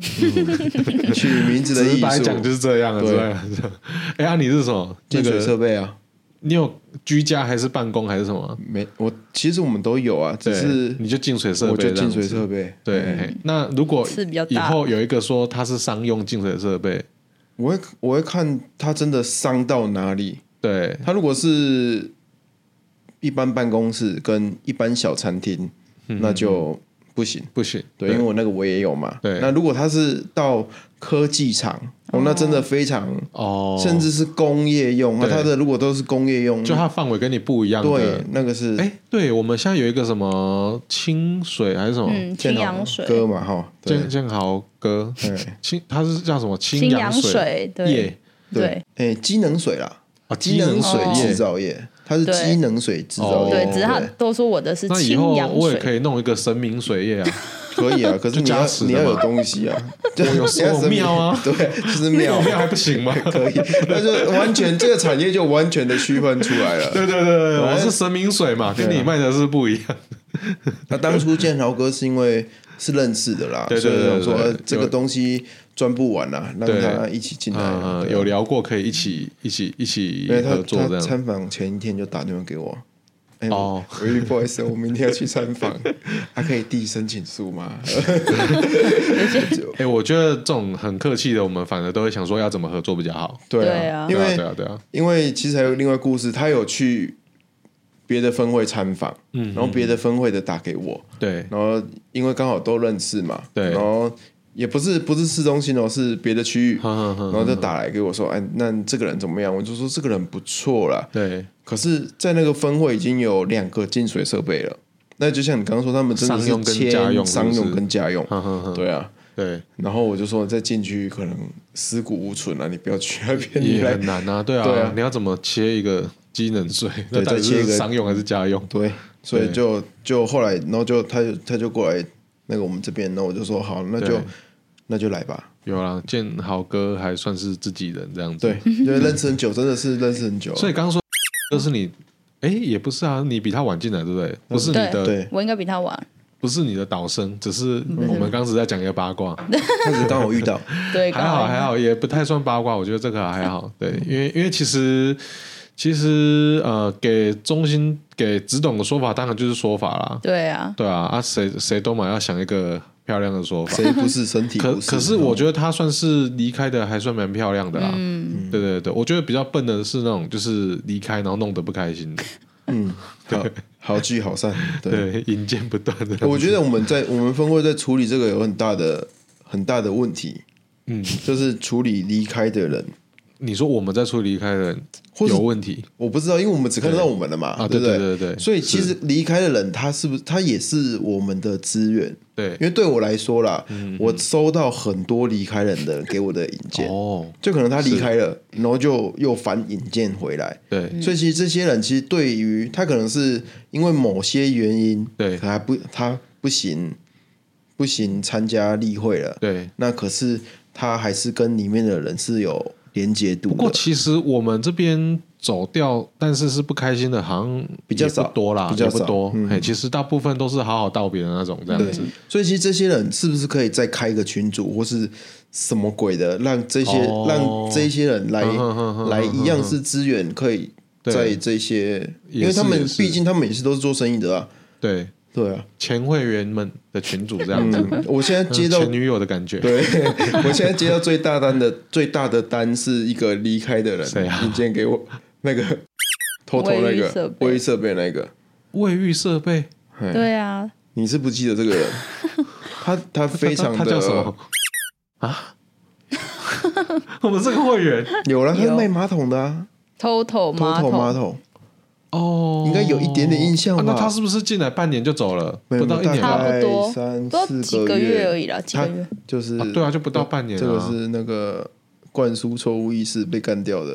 取名字的
直
艺
白讲就
术，
是这样啊，
对
这样啊。这样 *laughs* 哎，啊，你是什么？那
净水设
个
备啊，
你有居家还是办公还是什么啊？
没我其实我们都有啊，只
对，
是
你就净水设
我
备，
就净水设。备，哎
对，嘿那如果
是比较
以
大
后有一个说它是商用净水设备，
我会我会看他真的伤到哪里。
对，
他如果是一般办公室跟一般小餐厅，
嗯
那就不行。
不行，
对，因为我那个我也有嘛。
对
那如果他是到科技厂，哦，那真的非常，
哦，
甚至是工业用，那
对
它的如果都是工业用，
就它范围跟你不一样
对
的。
那个是
哎，对我们现在有一个什么清水还是什么
嗯，清扬水，
歌嘛哈，对
建建豪哥 *laughs*
对
清，它是叫什么清
清
扬
扬水，对
液
对
哎，机能水啦，
啊？
机能水
哦
制造业，它是
对
机能水制造
哦
业，
对，只是他都说我的是
那以
清
后
扬
我也
水，
可以弄一个神明水液
*laughs*
啊，
可以啊，可是你
就
要
加持的
你
嘛
要有东西啊， *laughs* 就
有
你要
我
神秘
庙啊
对，就
那
是庙
我，们 *laughs* 还不行
*laughs*
吗？对
可以，那就完全这个产业就完全的区分出来了。
对对对，我是神明水嘛，
啊
跟你卖的是不一样。
那当初建豪哥是因为是认识的啦，
对对对
所以想说
对对
呃
对
这个东西赚不完啦，让
对
他一起进来。
嗯，
对
有聊过可以一起一起一起
因为他
合作这
他
样。
参访前一天就打电话给我。哎、
哦
我，really 不好意思，我明天要去参访， *laughs* 他、可以递申请书吗？ *laughs*
哎，我觉得这种很客气的，我们反而都会想说要怎么合作比较好。
对
对啊
因
对啊
为
对啊对啊，
因为其实还有另外故事，他有去别的分会参访，嗯，然后别的分会的打给我，
对
然后因为刚好都认识嘛，
对
然后也不是不是市中心哦，是别的区域，
哼哼哼
然后就打来给我说，哎，那这个人怎么样？我就说这个人不错啦，
对，
可是，在那个分会已经有两个净水设备了。那就像你刚刚说，他们真的
商用
是
跟
签
家用是不
商
是
用跟家用，
哼哼哼，
对啊。
嗯对，
然后我就说，再进去可能尸骨无存啊，你不要去那边，你
也
来
很难啊，对
对啊
啊，你要怎么切一个机能水？那
对
到底
再切一个
是商用还是家用？
对，所以
对
就就后来，然后就他就他就过来那个我们这边，然后我就说好，那就
对
那就来吧。
有啦，建豪哥还算是自己人这样子。
对，，因为认识很久，真的是认识很久。
所以刚刚说就是你，哎，也不是啊，你比他晚进来，对不对？不是你的，
嗯对，
我应该比他晚，
不是你的导生，只是我们刚只是在嗯讲一个八卦，
他只是刚好遇到，
对，
还好
刚
还好，也不太算八卦，我觉得这个还好。 *laughs* 对，因为因为其实其实呃，给中心给直董的说法，当然就是说法啦，
对啊，
对啊，啊谁谁都嘛要想一个漂亮的说法。
*laughs* 谁不是身体
可
不
可是我觉
得
得她算是离开的还算蛮漂亮的啦，嗯，对对对，我觉得比较笨的是那种就是离开然后弄得不开心的，
好好聚好散。对，
对，引荐不断的。
我觉得我们在我们分会在处理这个有很大的很大的问题，
嗯，
就是处理离开的人。
你说我们在处理离开的人
或是
有问题
我不知道，因为我们只看得到我们的嘛，
啊
对不
对对对对
所以其实离开的人，他是不是他也是我们的资源？
对嗯
因为对我来说啦，我收到很多离开人的给我的引荐，
哦，
就可能他离开了，然后就又返引荐回来。
对
所以其实这些人其实对于他可能是因为某些原因，
对
他不他不行不行参加例会了，
对。
那可是他还是跟里面的人是有连接度
不过
的，
其实我们这边走掉，但是是不开心的，好像
比较
也不
少
多啦，
比较
也不
少
多。
嗯
哎，其实大部分都是好好道别的那种这样子。
所以其实这些人是不是可以再开一个群组或是什么鬼的，让这些、
哦
让这些人来、
嗯哼哼哼
来
哼
一样是资源可以
对
在这些，
也
因为他
是
们
也是
毕竟他们也是都是做生意的啊，
对，
对啊，
前会员们的群主这样子，呃
嗯，我现在接到
前女友的感觉。
*laughs* 对，我现在接到最大单的最大的单是一个离开的人
谁啊
引荐给我那
*laughs*
个偷偷那
卫浴设
个
备
卫浴设备那个，
卫浴设备，
嘿
对啊，
你是不记得这个人，
*laughs*
他他非常
他叫什么
的
啊？ *laughs* 我们这个会员
有了，他是卖马桶的啊，
偷偷
偷
马
偷马
桶，
桶，
哦，
应该有一点点印象
啊那
吧
他是不是进来半年就走了？
没
不
有
到一年
大
吧
*laughs* 差？
概
不多
三
不知道
四
几
个
个
月
月而已啦，几
他
个月。
就是
啊对啊，就不到半年啊。
这个是那个灌输错误意识被干掉的，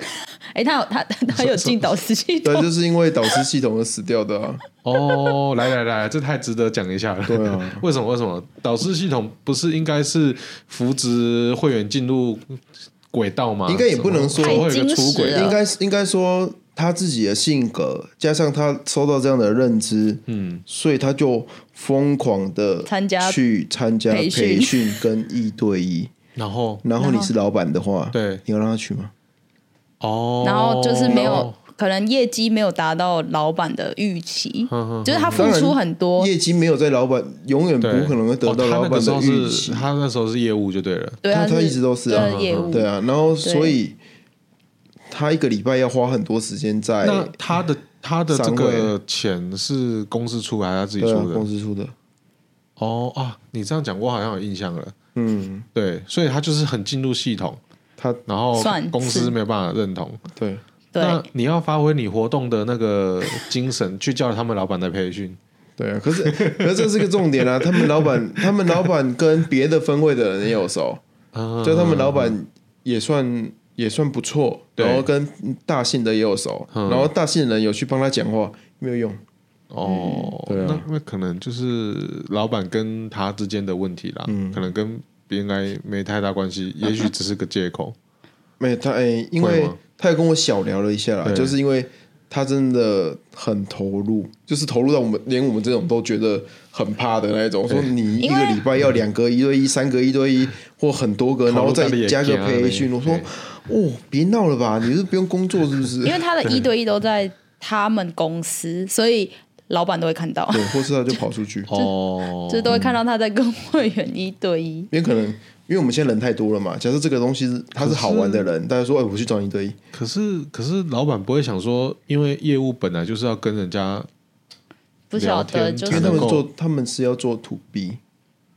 哎，他有他他他有进导师系
对，啊
统，
就是因为导师系统而死掉
*laughs*
的啊，
哦，来来 *laughs* 来，这太值得讲一下了。
对啊，
*laughs* 为什么？为什么导师系统不是应该是扶植会员进入轨道吗？
应该也不能
怎
说
啊么会有个出轨
太精实了
应该是应该说他自己的性格，加上他受到这样的认知，嗯，所以他就疯狂的
参加
去参加
培训
培训跟一对一。
然后
然后你是老板的话，
对
你要让他去吗？
哦，
然后就是没有。可能业绩没有达到老板的预期，就是他付
当然
出很多，
业绩没有在老板，永远不
对，
可能会得到
哦他
老
那个
板
时
的
候
预
是
期。
他那时候是业务就对了，
对啊，
他他
是
一直都是啊
就是业务，
对啊，然后所以他一个礼拜要花很多时间在
那他的他的这
散
个钱是公司出还是他自己
对啊，
出的
公？司出的，
哦啊，你这样讲我好像有印象了。
嗯，
对，所以他就是很进入系统，
他
然后
算
公司
是
没有办法认同。
对
对
那，你要发挥你活动的那个精神，去叫他们老板来培训。
对啊，可是 *laughs* 可是这是个重点啊，他们老
*laughs*
板他们老板跟别的分会的人也有熟，
啊
就他们老板也算也算不错，
对
然后跟大信的也有熟，
嗯
然后大信的人有去帮他讲话，没有用，
哦，
对啊
那那可能就是老板跟他之间的问题啦，
嗯
可能跟 BNI 没太大关系，也许只是个借口。
没他哎、因
会
为
吗
他有跟我小聊了一下啦，
对
就是因为他真的很投入，就是投入到我们连我们这种都觉得很怕的那一种。我说你一
因
个
为
礼拜要两个一对一、三个一对一或很多
投
个，
入
然后再
到你的
加个
眼睛啊
培训。
对
我说哦，别闹了吧，你是不用工作是不是
因？为他的一对一都在他们公司，所以老板都会看到，
对，或是他就跑出去，
哦，
*laughs* *laughs* 就是都会看到他在跟会员一对一。
因为可能因为我们现在人太多了嘛。假设这个东西是他是好玩的人，大家说哎，我去找你一对一，
可是可是老板不会想说，因为业务本来就是要跟人家
不晓
聊
得，
天
就
因为
是
他们
能够
做他们是要做 to B，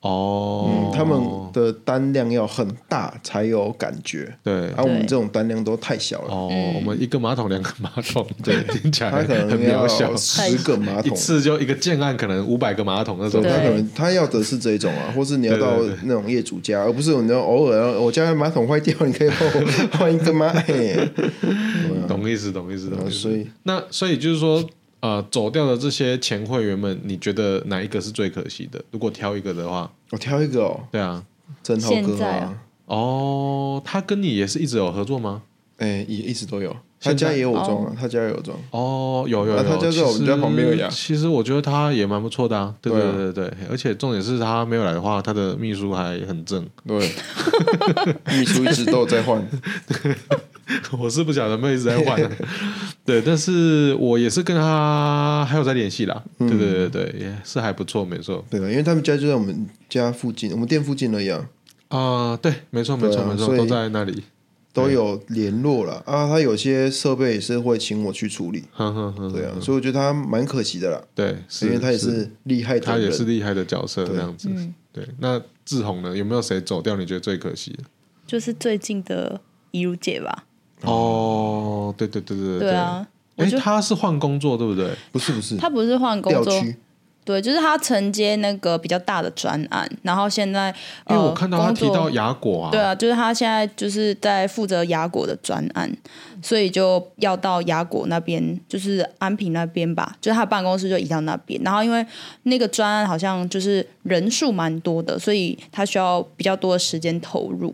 哦
嗯，，他们的单量要很大才有感觉，啊
对
而、我们这种单量都太小了，
哦，我们一个马桶两个马桶，对，听起来
嗯他可
*laughs* 很
能
渺
要
小，
十个马
*laughs* 一
桶，
次就一个建案，可能五百个马桶那种
对，他
对
可能他要的是这种啊，或是你要到
对对对
那种业主家，而不是你要偶尔我家的马桶坏掉，你可以帮
*laughs*
我换一个马桶。
懂意思，懂意思，懂意思。
所以
那所以就是说，呃，走掉的这些前会员们，你觉得哪一个是最可惜的？如果挑一个的话，
我挑一个哦，
对啊，
真浩
现
哥
在
啊
啊，
哦，他跟你也是一直有合作吗？
哎、也一直都有，他
现在
家也有装啊，他家也有装，
哦，有有有，
啊他就在我们家旁边而已啊
其实其实我觉得他也蛮不错的啊，对
对
对
啊
对对对，而且重点是他没有来的话，他的秘书还很正。 *laughs*
对，秘书一直都有在换，
*laughs* 我是不晓得妹一直在换啊， *laughs* 对，但是我也是跟他还有在联系啦，
嗯
对对对对，也是还不错，没错
对啊，因为他们家就在我们家附近，我们店附近而已啊。
啊，对，没错没
对
错
啊
没错，
所以
都在那里， *laughs*
都有联络了啊。他有些设备也是会请我去处理，
哼哼哼，
对啊，所以我觉得他蛮可惜的啦，
对，
因为他也是厉害
他
的
也是
人。
厉害的角色这样子，
嗯
对，那志宏呢，有没有谁走掉你觉得最可惜？
就是最近的怡如姐吧，
嗯
哦，对对对对
对，啊，我
哎，
就
他是换工作对不对？
不是不是，
她不是换工
调
作，
区，
对，就是她承接那个比较大的专案，然后现在
因为
呃
我看到他提
工
到
作
雅果啊，
对啊，就是她现在就是在负责雅果的专案，所以就要到雅果那边，就是安平那边吧，就是她的办公室就移到那边。然后因为那个专案好像就是人数蛮多的，所以她需要比较多的时间投入，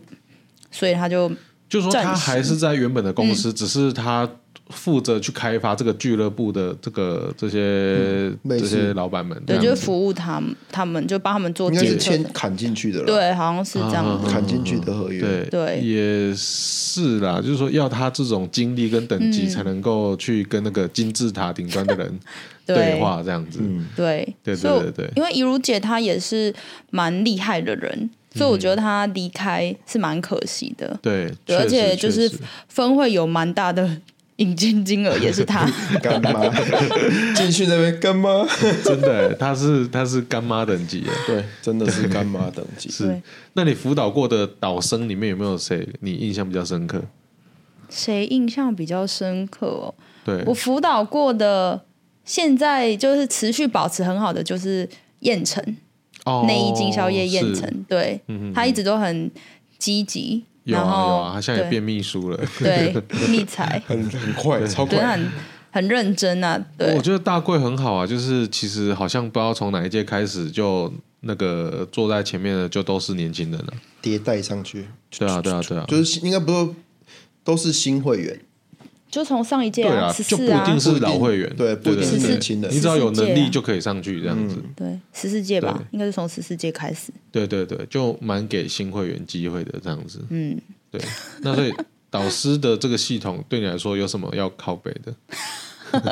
所以她就
就是说
暂
他还
时嗯
是在原本的公司，只是他负责去开发这个俱乐部的这个这些、这
类似
些老板们这
嗯对，
样
就
子，
是服务他们，他们就帮他们做
应该
检
是
测
签。砍进去的啦，
对，好像是这
啊
样子。
砍进去的合约。
对
对
也是啦，就是说要他这种经历跟等
嗯
级才能够去跟那个金字塔顶端的
*laughs*
人对话这样子，
对
对对
所以我
对对对
因为怡如姐她也是蛮厉害的人，所以我觉得她离开是蛮可惜的。
对，
对，
确
而且
实
就
确
是
实
分会有蛮大的引进金额，也
*laughs*
是她。
干 *laughs* 妈进去那边干妈，
真的、他是他是干妈等级耶。
对，真的 *laughs* 是干妈等级。
是
*laughs* 对，
那你辅导过的导生里面有没有谁你印象比较深刻？
谁印象比较深刻哦？
对
我，辅导过的，现在就是持续保持很好的就是燕城
哦
内衣经销业燕
是嗯
城，对，她一直都很积极，
有啊
然后
有啊，他现在也变 *laughs* 秘书了。
对对逆才，
很很快，超
对，她
快，
很很认真啊，对
我。觉得大贵很好啊，就是其实好像不知道从哪一届开始就。那个坐在前面的就都是年轻人了、
迭代上去，
对啊，对啊，对啊，
就是应该不是都是新会员，
就从上一届
对
啊，
啊，
十
就不
四
一
啊，
定是
不一定
老会员，
对不一定
是
对
年
轻人
你只要有能
14届
力
啊
就可以上去这样子，
对，十四届吧
对，
应该是从十四届开始。
对对对，就蛮给新会员机会的这样子，
嗯，
对。那所以导师的这个系统对你来说有什么要靠背的？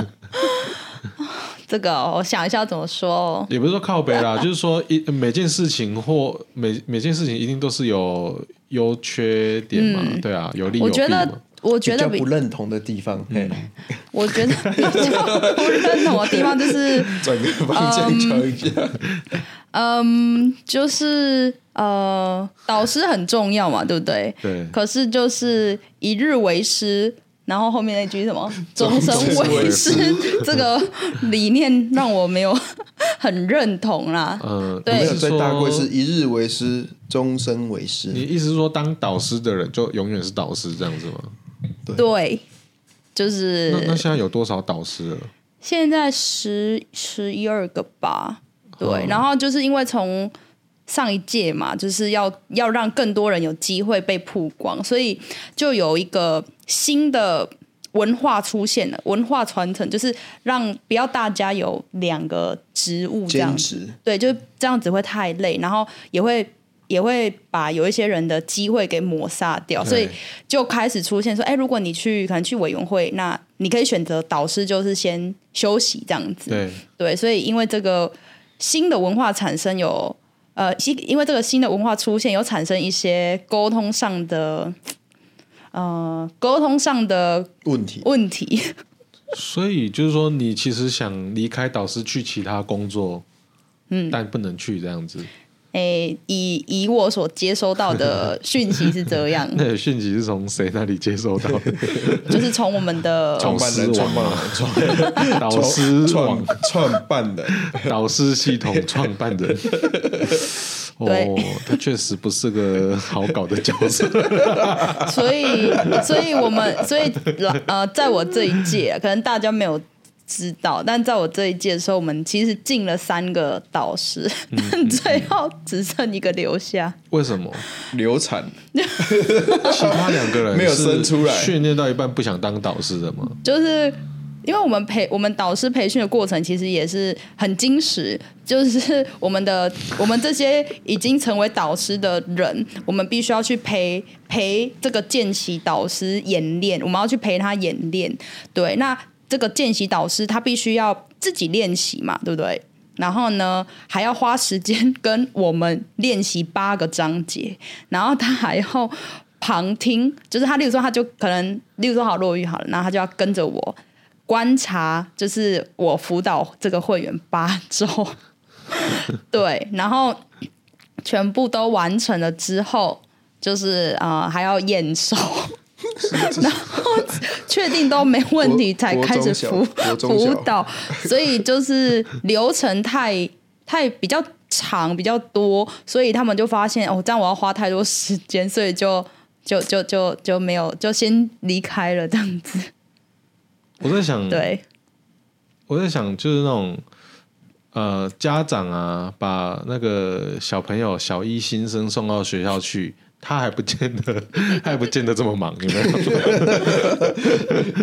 这个哦、我想一下要怎么说哦。
也不是说靠背
*laughs*
啦，就是说一每件事情或每每件事情一定都是有优缺点嘛，对啊，有利有
嗯我
弊
觉
嘛
得，我觉
比
得
较
比
不认同的地方，嘿
我觉得比
*laughs*
较不认同的地方就是， *laughs*
转个方向瞧一下。
嗯，就是呃，导师很重要嘛，对不对？
对
可是就是一日为师，然后后面那句是
*laughs*
什么“终身为师”，这个理念让我没有 *laughs* 很认同啦。
嗯，
对
你
没
是
有在
说
大贵
哦
是一日为师，终身为师。
你意思是说，当导师的人就永远是导师这样子吗？
对，就
那那
是
现在有多少导师了？
现在十十一二个吧，对，
嗯
然后就是因为从上一届嘛，就是要要让更多人有机会被曝光，所以就有一个新的文化出现了，文化传承就是让不要大家有两个职务这样
兼
子。
职，
对，就这样子会太累，然后也会也会把有一些人的机会给抹杀掉，
对
所以就开始出现说，哎，如果你去可能去委员会，那你可以选择导师就是先休息这样子，
对，
对，所以因为这个新的文化产生有呃新，因为这个新的文化出现，有产生一些沟通上的呃沟通上的
问题
问题， *laughs*
所以就是说，你其实想离开导师去其他工作，嗯，但不能去这样子。 *laughs*，
哎，以以我所接收到的讯息是这样
那个讯息是从谁那里接收到的？
就是从我们的
从
*laughs* 创办人，
导师
创
*laughs*
办人，创
导师网
创创办人， *laughs*
导师系统创办人。哦
对，
他确实不是个好搞的角色。
*laughs*
所以，所以我们，所以老呃，在我这一届，可能大家没有知道，但在我这一届的时候，我们其实进了三个导师，但 *laughs* 最后只剩一个留下。
为什么？
流产
其他两个人
没有生出来
是训练到一半不想当导师的吗？
就是因为我们培我们导师培训的过程其实也是很精实，就是我们的我们这些已经成为导师的人，我们必须要去陪陪这个见习导师演练，我们要去陪他演练。对，那这个见习导师他必须要自己练习嘛，对不对？然后呢，还要花时间 *laughs* 跟我们练习八个章节，然后他还要旁听，就是他，例如说，他就可能，例如说好落雨好了，然后他就要跟着我观察，就是我辅导这个会员八周， *laughs* 对，然后全部都完成了之后，就是呃还要验收， *laughs* 然后确定都没问题
国
才开始辅
国中小国中
辅
小
导，所以就是流程太太比较长比较多，所以他们就发现哦，这样我要花太多时间，所以就就就就就没有就先离开了这样子。
我在
嗯
想，
对，
我在想，就是那种呃，家长啊，把那个小朋友小一新生送到学校去，他还不见得， *laughs* 他还不见得这么忙，有没有？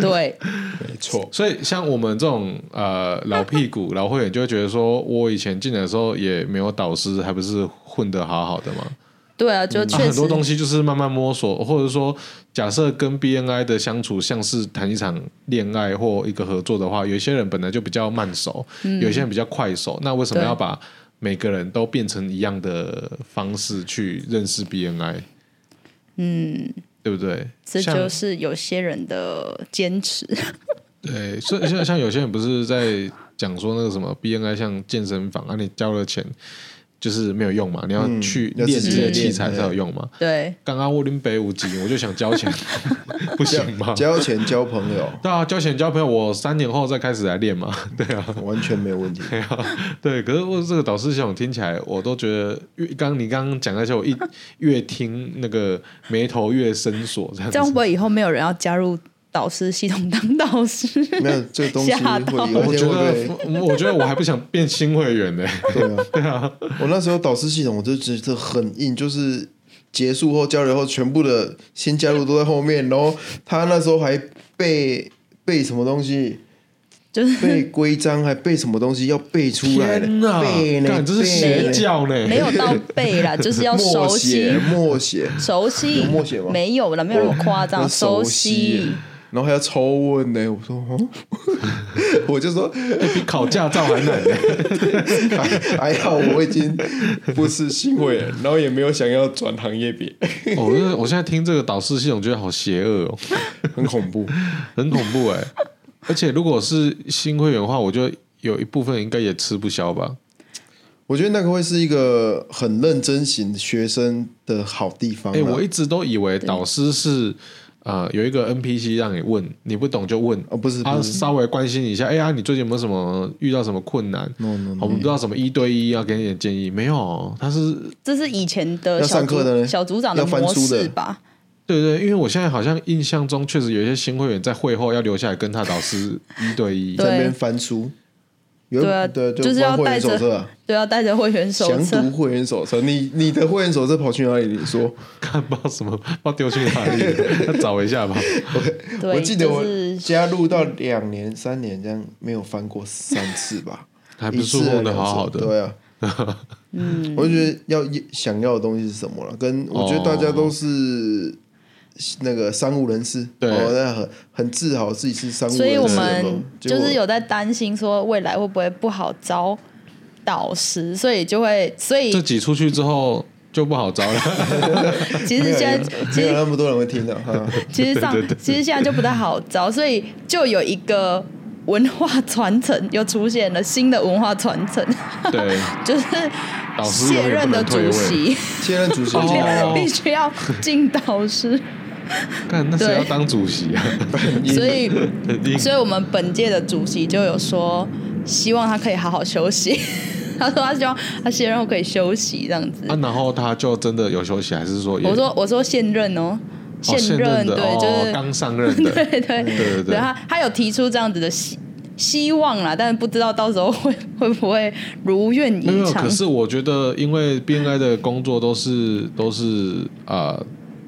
*laughs*
对，
没错，
所以像我们这种呃老屁股、老会员，就会觉得说，我以前进来的时候也没有导师，还不是混得好好的嘛。
对啊，就
嗯
啊、
确
很
实、
多东西就是慢慢摸索，或者说，假设跟 BNI 的相处像是谈一场恋爱或一个合作的话，有一些人本来就比较慢熟，
嗯
有些人比较快熟，那为什么
对
要把每个人都变成一样的方式去认识 BNI？嗯，对不对？
嗯这
像
就是有些人的坚持。
对，所以像像有些人不是在讲说那个什么 BNI 像健身房啊，你交了钱就是没有用嘛，你要
嗯
去
要
练
自
这
己
些
练
器材
对
才有用嘛。
对，
刚刚我拎北五级，我就想交
*laughs*
钱，不行吗？
交钱交朋友
对啊，交钱交朋友，我三年后再开始来练嘛。 *laughs* 对啊，
完全没有问题，
对。可是我这个导师系统听起来，我都觉得越刚你刚刚讲那些，我一越听那个眉头越深锁，这样
这样会
子
不。会以后没有人要加入导师系统当导师？ *laughs*
没有这个东西
吓到
会有
我
一
觉
天会
得
被，
我觉得我还不想变新会员呢、
对啊，对啊。我那时候导师系统，我就觉得很硬，就是结束后交流后，全部的新加入都在后面，然后他那时候还背背什么东西。
就是
背规章还背什么东西要背出来的，
天哪
背，呢？
干这是
背
邪
呢
教呢、
*laughs*
没有到背啦，就是要熟
默写
悉，
默写，
熟悉
有默写吗
没有了，没有那么夸张，
我
熟
熟悉
悉。
然后还要抽问呢、我说，
*laughs*
哦、我就说 *laughs*
比考驾照还难
*laughs*
呢。
还还好，哎我已经不是新会员，然后也没有想要转行
*laughs*
业别，
哦我真的我现在听这个导师系统觉得好邪恶哦，
很恐怖。
很恐怖
*laughs*
哎、而且如果是新会员的话，我觉得有一部分应该也吃不消吧。
我觉得那个会是一个很认真型学生的好地方、啊。
哎、我一直都以为导师是呃有一个 NPC 让你问，你不懂就问，
哦，不是，
他
不是，
稍微关心一下，哎、呀、你最近有没有什么遇到什么困难？
no, no,
我们不知道什么一对一要给你点建议，没有，他是
这是以前的
要
小
上课
组
的呢
小组长的
要翻
模
书的
式吧？
对对，因为我现在好像印象中确实有一些新会员在会后要留下来跟他导
*laughs*
师一对一，
在
对
那边翻书，有
对啊
对，
就是要
翻会
带
员
着
手册、啊，
对，要带着会员手
详
册
读。会员手册。你你的会员手册跑去哪里？你说，
看不知道什么，不知道丢去哪里，要找一下
*laughs*
吧。
对，
我记得我
就是
加入到两年、三年这样，没有翻过三次吧，
*laughs* 还不
一
是
次
混的好好
两次
的，
对啊。嗯，我就觉得要想要的东西是什么了？跟我觉得大
哦
家都是那个商务人士，
对
哦，那很很自豪自己是商务人士，
所以我
有没有
们
结果
就是有在担心说未来会不会不好招导师，所以就会，所以
这挤出去之后就不好招
*laughs*
了。
其实现在其
没有
实
那么多人会听的哈。
其实上其实现在就不太好招，所以就有一个文化传承又出现了新的文化传承，
对，
就是
导师
卸
永远
任
不
的
能退
主
位。
席
现任主席
哦
必须要进导
*laughs*
师，
看那谁
对
要当主席
*laughs*
啊？
所以
肯定
所以我们本届的主席就有说，希望他可以好好休息。 *laughs* 他说他希望他卸任后可以休息这样子。
啊，然后他就真的有休息，还是说也
我说我说现任哦，
哦现
任
的
对，
哦
就是
刚上任的，
*laughs* 对对
对对对
他他有提出这样子的希希望啦，但是不知道到时候会 *laughs* 会不会如愿
没有没
以
有，
偿
可。是我觉得，因为 BNI 的工作都是都是呃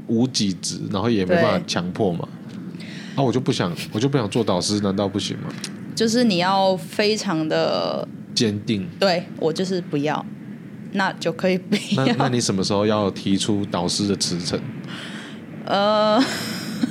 无给职，然后也没办法
对
强迫嘛。啊，我就不想，我就不想做导师，难道不行吗？
就是你要非常的，
坚定。
对我就是不要，那就可以不
那那
*laughs* 要。
你什么时候要提出导师的辞呈？
呃，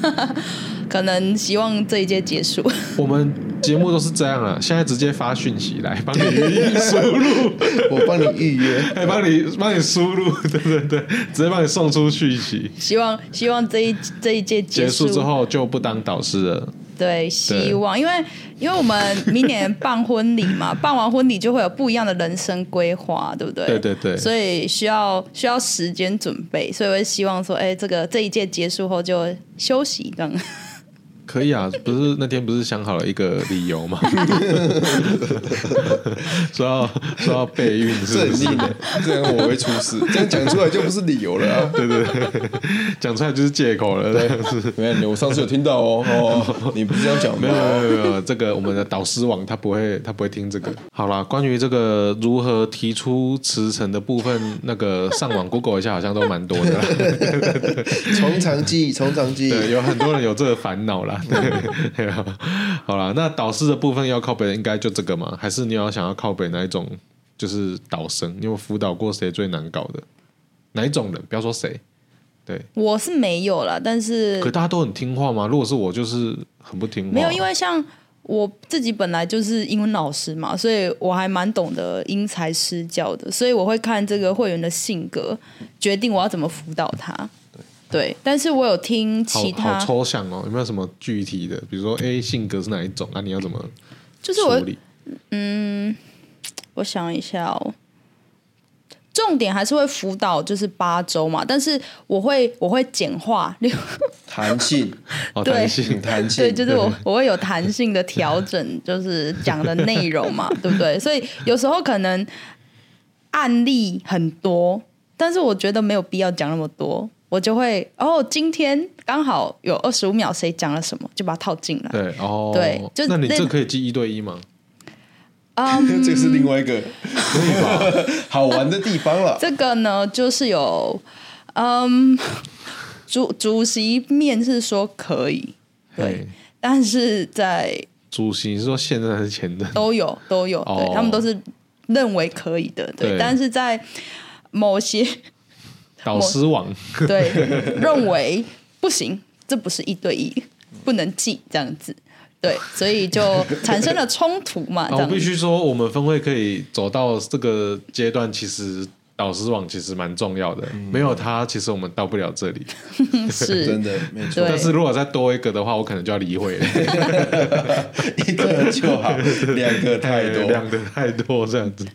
*laughs* 可能希望这一届结束。 *laughs*
我们节目都是这样啊，现在直接发讯息来帮你语音输
*laughs*
入，
我帮你预约。
还帮你帮你输入，对对对，直接帮你送出讯息。
希望希望这一这一届
结
束
束之，后就不当导师了。
对，希望，因为因为我们明年办婚礼
*laughs*
嘛，办完婚礼就会有不一样的人生规划，对不对？
对对对
所以需要需要时间准备，所以我会希望说，哎，这个这一届结束后就休息这样。 *laughs*
可以啊，不是那天不是想好了一个理由吗？ *laughs* 说要说要备孕 *laughs* 是
正
不是？
义的，这样我会出事。这样讲出来就不是理由了、啊。对对
讲出来就是借口了。对，
对， *laughs* 没有，我上次有听到哦。哦，你不是这样讲
没
的
有
哦。
没有没有，这个我们的导师网他不会他不会听这个。好啦，关于这个如何提出辞呈的部分，那个上网 Google 一下，好像都蛮多的啦。
从长计议，从长计
*laughs*
议。
对，有很多人有这个烦恼啦。 *laughs* 对，对啊好啦，那导师的部分要靠北，应该就这个嘛？还是你有想要靠北哪一种？就是导生，你有辅导过谁最难搞的？哪一种人？不要说谁，
我是没有啦，但是
可大家都很听话吗？如果是我，就是很不听话。
没有，因为像我自己本来就是英文老师嘛，所以我还蛮懂得因材施教的，所以我会看这个会员的性格，决定我要怎么辅导他。对，但是我有听
好
其
好
他，
抽象哦，有没有什么具体的？比如说，哎，性格是哪一种啊？你要怎么
就是
处
我
理？
我想一下哦，重点还是会辅导，就是八周嘛，但是我会我会简化，例如
弹性，
哦，*laughs*
对
弹
*laughs*
性，
弹性。
对，就是我我会有弹性的调整，就是讲的内容嘛，对不对？所以有时候可能案例很多，但是我觉得没有必要讲那么多，我就会哦，今天刚好有二十五秒谁讲了什么，就把它套进来。
对哦，
对就
那你
那
这可以记一对一吗？
*laughs* 这是另外一个好玩的地方了。
这个呢，就是有嗯，主主席面是说可以，对
嘿，，
但是在
主席你是说现任还是前任？
都有都有，
哦
对他们都是认为可以的，对，
对
但是在
*laughs*
某些
导师网
对认为不行，这不是一对一，不能记这样子。对，所以就产生了冲突
*laughs*
嘛。
啊
这
我
样
必
子
须说，我们分会可以走到这个阶段，其实导师网其实蛮重要的，
嗯
没有它，其实我们到不了这里。
*laughs*
真
是，
的没错，
对
但是如果再多一个的话，我可能就要离会了，
一个就好，两个太
*laughs*
多。嗯
量的太多这样子。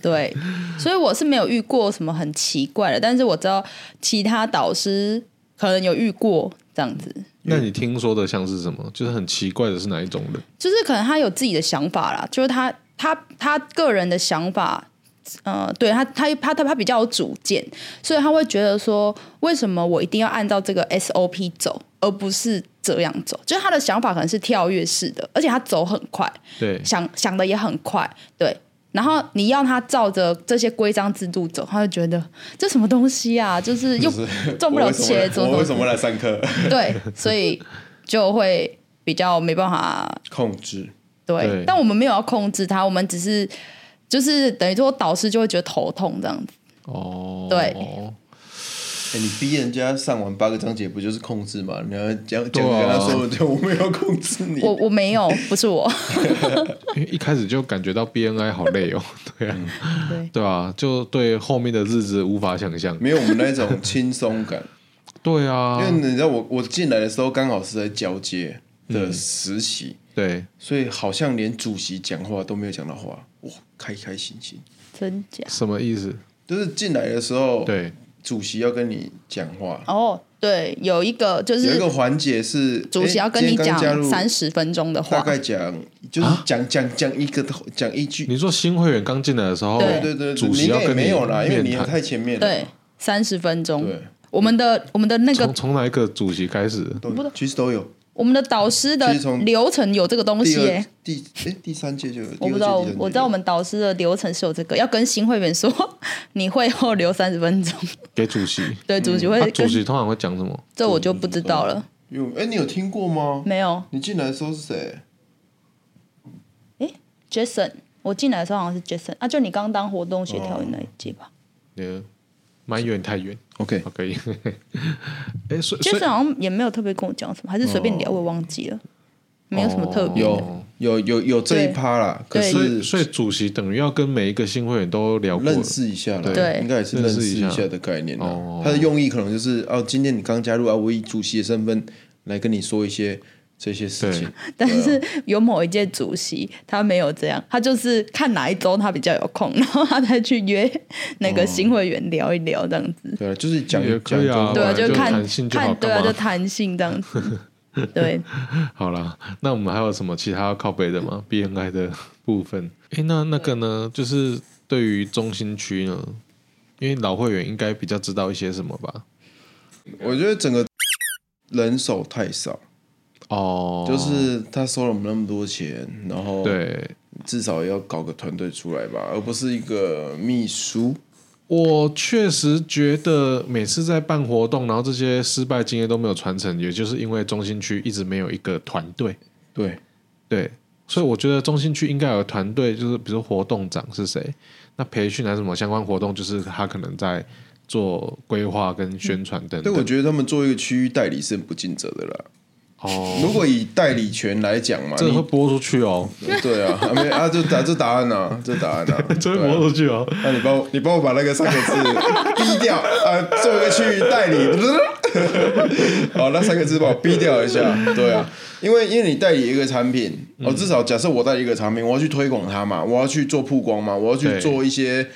对，所以我是没有遇过什么很奇怪的，但是我知道其他导师可能有遇过这样子。
那你听说的像是什么？就是很奇怪的是哪一种人？
就是可能他有自己的想法啦，就是他他他个人的想法，呃，对他他他他他比较有主见，所以他会觉得说，为什么我一定要按照这个 SOP 走，而不是这样走？就是他的想法可能是跳跃式的，而且他走很快，
对，
想想的也很快，对。然后你要他照着这些规章制度走，他就觉得这什么东西啊，就是又赚不了钱，怎么
我为
怎
什么来上课？
么对，所以就会比较没办法
控制，
对，
对
但我们没有要控制他，我们只是就是等于说导师就会觉得头痛这样子。
哦，
对
哎，你逼人家上完八个章节，不就是控制吗？你要讲
对
讲
啊
跟他说，对，我没有控制你。
我我没
*laughs*
有，不是我，
因为一开始就感觉到 BNI 好累哦， *laughs* 对啊，
嗯
对
对啊，就对后面的日子无法想象。
没有我们那种轻松感，
对
*laughs* 因
啊，
为你知道我我进来的时候刚好是在交接的实习，
对，
所以好像连主席讲话都没有讲到话，哇，开开心心。
真假？
什么意思？
就是进来的时候，
对，
主席要跟你讲话，
哦，对，有一个就
有一
是
个环节是
主席要跟你讲三
十，
十分钟的
大
话，
概讲就是讲讲讲一个讲一句，
啊你说新会员刚进来的时候，
对
对对，
主席要
你应该也
跟
没有啦，因为你
面
也
谈，
太前面了，
对，三十分钟
对。
我们的我们的那个
从从哪一个主席开始？
都其实都有。
我们的导师的
其实从
流程有这个东西
第
耶、
二第哎第三届就有，
我不知道，
第二届第三届就有
我知道我们导师的流程是有这个，要跟新会员说 *laughs* 你会后留三十分钟，
给主席，
嗯
对，主席会
啊
他主
跟，
席通常会讲什么？
这我就不知道了，
有哎，你有听过吗？
没有。
你进来的时候是谁？
Jason，我进来的时候好像是 Jason 啊，就你刚当活动协调员那一届吧。
呃，蛮远太远
OK，
好，可 *laughs* 以。哎，所以所以哦
Jason 好像也没有特别跟我讲什么，还是随便聊，我忘记了，没有什么特别的。
有有有有这一趴啦，可
对
所以
是
所以主席等于要跟每一个新会员都聊过了
认识一下啦，
对
应该也是认识一
认识
下
一
的概念啦
哦。
他的用意可能就是，哦，今天你刚加入啊，我以主席的身份来跟你说一些这些事情。
*laughs* 但是
啊
有某一届主席他没有这样，他就是看哪一周他比较有空，然 *laughs* 后他再去约那个新会员聊一聊这样子。
对啊，就是讲
也
讲
可以啊
中
对啊，
本来
文
就
就
看
弹性就好
看对啊，
干嘛
就弹性这
*laughs*
样子。对，
好啦，那我们还有什么其他要靠背的
嗯
吗？BNI 的部分？哎，那那个呢？就是对于中心区呢，因为老会员应该比较知道一些什么吧？
我觉得整个人手太少，
哦，
就是他收了我们那么多钱，然后
对，
至少也要搞个团队出来吧，而不是一个秘书。
我确实觉得每次在办活动，然后这些失败经验都没有传承，也就是因为中心区一直没有一个团队。
对，
对，所以我觉得中心区应该有团队，就是比如说活动长是谁，那培训还是什么相关活动，就是他可能在做规划跟宣传等
对，
等。
我觉得他们做一个区域代理是很不尽责的啦。
哦，
如果以代理权来讲嘛，
这
你
会播出去哦，
对啊，啊没啊，这答这答案啊，这答案啊，
*laughs* 这会
对
播
啊
出去哦。
*laughs* 那你帮我，你帮我把那个三个字逼掉，啊，做一个区域代理。 *laughs* 好，那三个字帮我逼掉一下。对啊，因为因为你代理一个产品，哦，至少假设我代理一个产品，我要去推广它嘛，我要去做曝光嘛，我要去
对
做一些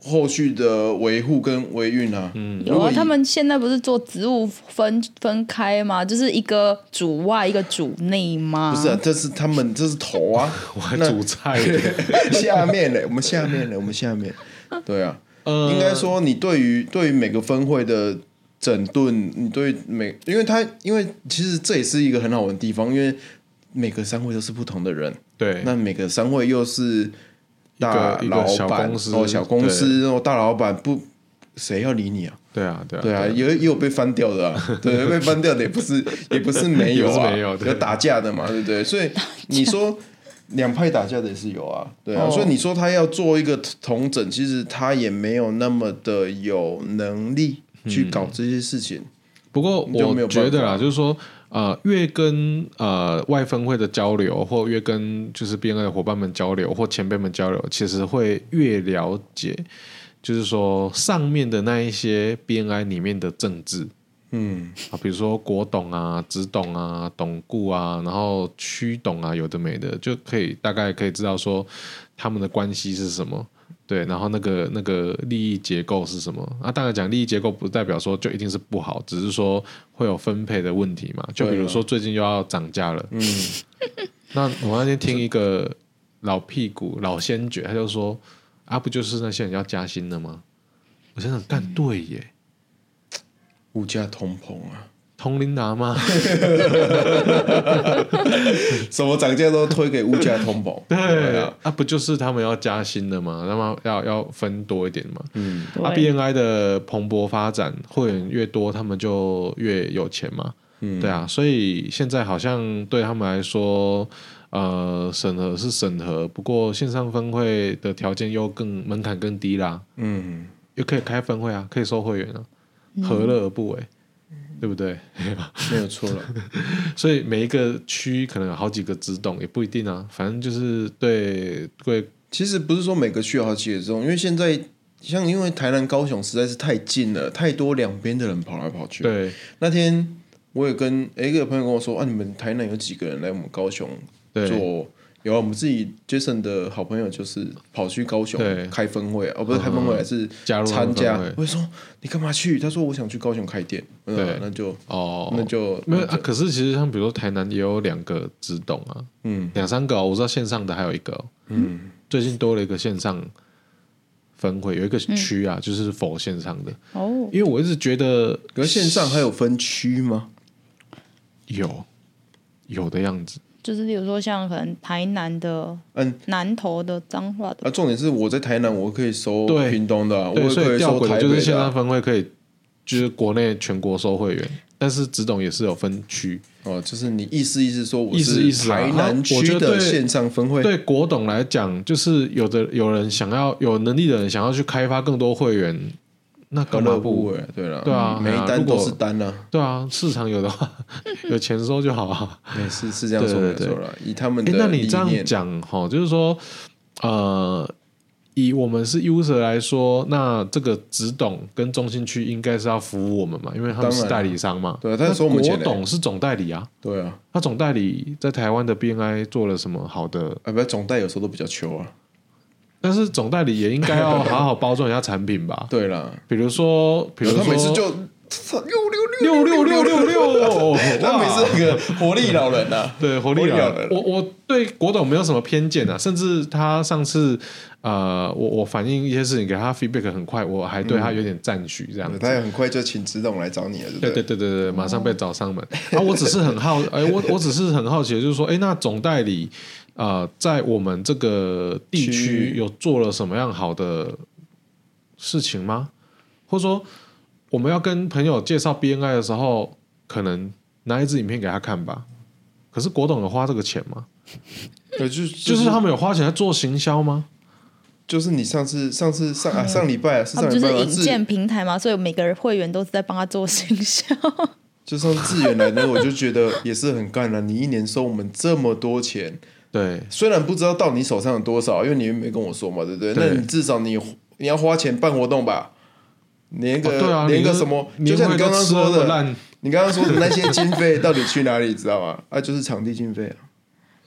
后续的维护跟维运啊。嗯，
有啊，他们现在不是做职务分分开吗？就是一个主外，一个主内吗？
不是、啊，这是他们这是头啊，
我还煮菜
*laughs*
呢，
下面嘞，我们下面嘞，我们下面，对啊。
呃
应该说，你对于对于每个分会的整顿，你对于每，因为他，因为其实这也是一个很好玩的地方，因为每个商会都是不同的人，
对，
那每个商会又是大
一个
老
小
板
公司
哦，小公司哦，大老板不，谁要理你啊？
对啊，对啊，
对啊，也也有被翻掉的
*laughs*
啊，对，被翻掉的也不是也不是没有
也不
啊，
是没有对
打架的嘛，对不对？所以你说两派打架的也是有啊，对啊，
哦
所以你说他要做一个同整，其实他也没有那么的
嗯
有能力去搞这些事情，
不过
就没有
我
办法
觉得啦，就是说呃，越跟呃外分会的交流，或越跟就是 BNI 的伙伴们交流，或前辈们交流，其实会越了解，就是说上面的那一些 BNI 里面的政治，
嗯，
啊，比如说国董啊、直董啊、董顾啊，然后区董啊，有的没的，就可以大概可以知道说他们的关系是什么。对，然后那个那个利益结构是什么？啊，当然讲利益结构不代表说就一定是不好，只是说会有分配的问题嘛。就比如说最近又要涨价了，嗯， *laughs* 那我那天听一个老屁股老先觉，他就说啊，不就是那些人要加薪了吗？我想想，干对耶，
物价通膨啊，
通灵拿 *laughs* 吗？
什么涨价都推给物价通膨，
*laughs* 对
啊，
啊，不就是他们要加薪了嘛，那么要要分多一点嘛。嗯，啊
对
，BNI 的蓬勃发展，会员越多，他们就越有钱嘛。嗯，对啊，所以现在好像对他们来说，呃，审核是审核，不过线上分会的条件又更门槛更低啦，
嗯，
又可以开分会啊，可以收会员啊，何乐而不为？对不对？
没有错了，
所以每一个区可能有好几个直董，也不一定啊。反正就是对对
其实不是说每个区有好几个这种，因为现在像因为台南、高雄实在是太近了，太多两边的人跑来跑去。，
对
那天我也跟诶一个朋友跟我说，啊，你们台南有几个人来我们高雄
对
做？有啊，我们自己 Jason 的好朋友就是跑去高雄
对嗯
开分会啊，哦，不是开分会啊，是
加入他
参
们
加
分会。
我就说你干嘛去？他说我想去高雄开店。我说
对
啊那就
哦，
那就
没有
那就
啊。可是其实像比如说台南也有两个直董啊，
嗯
两三个哦、我知道线上的还有一个哦、
嗯，
最近多了一个线上分会，有一个区
嗯
啊，就是否线上的。
哦，
因为我一直觉得
可是线上还有分区吗？
有有的样子，
就是比如说像可能台南的、
嗯
南投的、彰化的，
啊，重点是我在台南，我可以收
对
屏东的啊，我
对，
也
所
可
以吊
收
诡
台
的
北
就是线
的
上
啊。
分会可以，就是国内全国收会员，但是直董也是有分区。
哦，就是你意思意思说我
意思
是
意思啊
台南
啊我觉
区
得
的
对
线上分会，
对国董来讲，就是有的有人想要有能力的人想要去开发更多会员，那
何
干嘛
乐
不
不为？对了，
对啊
每
哎呀
一单
如果
都是单啊，
对啊，市场有的
*laughs*
话，有钱收就好啊。
哎是是这样说
对
没
对
有错了，以他们
哎，
的
那你
理
这样
念，
讲哈，就是说，呃，以我们是 user 来说，那这个直董跟中心区应该是要服务我们嘛，因为他们是
当然啊
代理商嘛。
对啊他
那
收我们钱
国
嘞
董是总代理啊，
对啊，
那总代理在台湾的 BNI 做了什么好的？
啊不，总代有时候都比较穷啊，。
但是总代理也应该要好好包装一下产品吧
*laughs* 对啦，
比如说，比如说
然后他每次就操六
六
六六
六六六
六，
六，
*laughs* 他
哇
每次那个活力老
*laughs*
人啊，
对，活力
活力
了
了。
我我对国董没有什么偏见啊，甚至他上次呃，我我反映一些事情给他 feedback 很快，我还对他有点赞许这样子。
嗯他也很快就请直董来找你了，
对
对不
对
对？
对对对，马上被找上门。
哦
啊，我只是很好，哎，我我只是很好奇，就是说，哎，那总代理呃，在我们这个地
区
区有做了什么样好的事情吗？或者说，我们要跟朋友介绍 BNI 的时候，可能拿一支影片给他看吧。可是国董有花这个钱吗？
对，就是
就是他们有花钱在做行销吗？
就是你上次上次上啊上礼拜啊是
他
上
们就
礼拜
是
吧
引
自
荐平台嘛，所以每个人会员都是在帮他做行销。
就上志远来呢，我就觉得也是很干了、啊你一年收我们这么多钱，
对
虽然不知道到你手上有多少，因为你没跟我说嘛，对不对？
对
那你至少你你要花钱办活动吧，连个、
哦对啊，
连个
你
什么，
你
就像
会
你刚刚
都吃
说
那么
的，
烂，
你刚刚说的那些经费到底去哪里，知道吗？啊，就是场地经费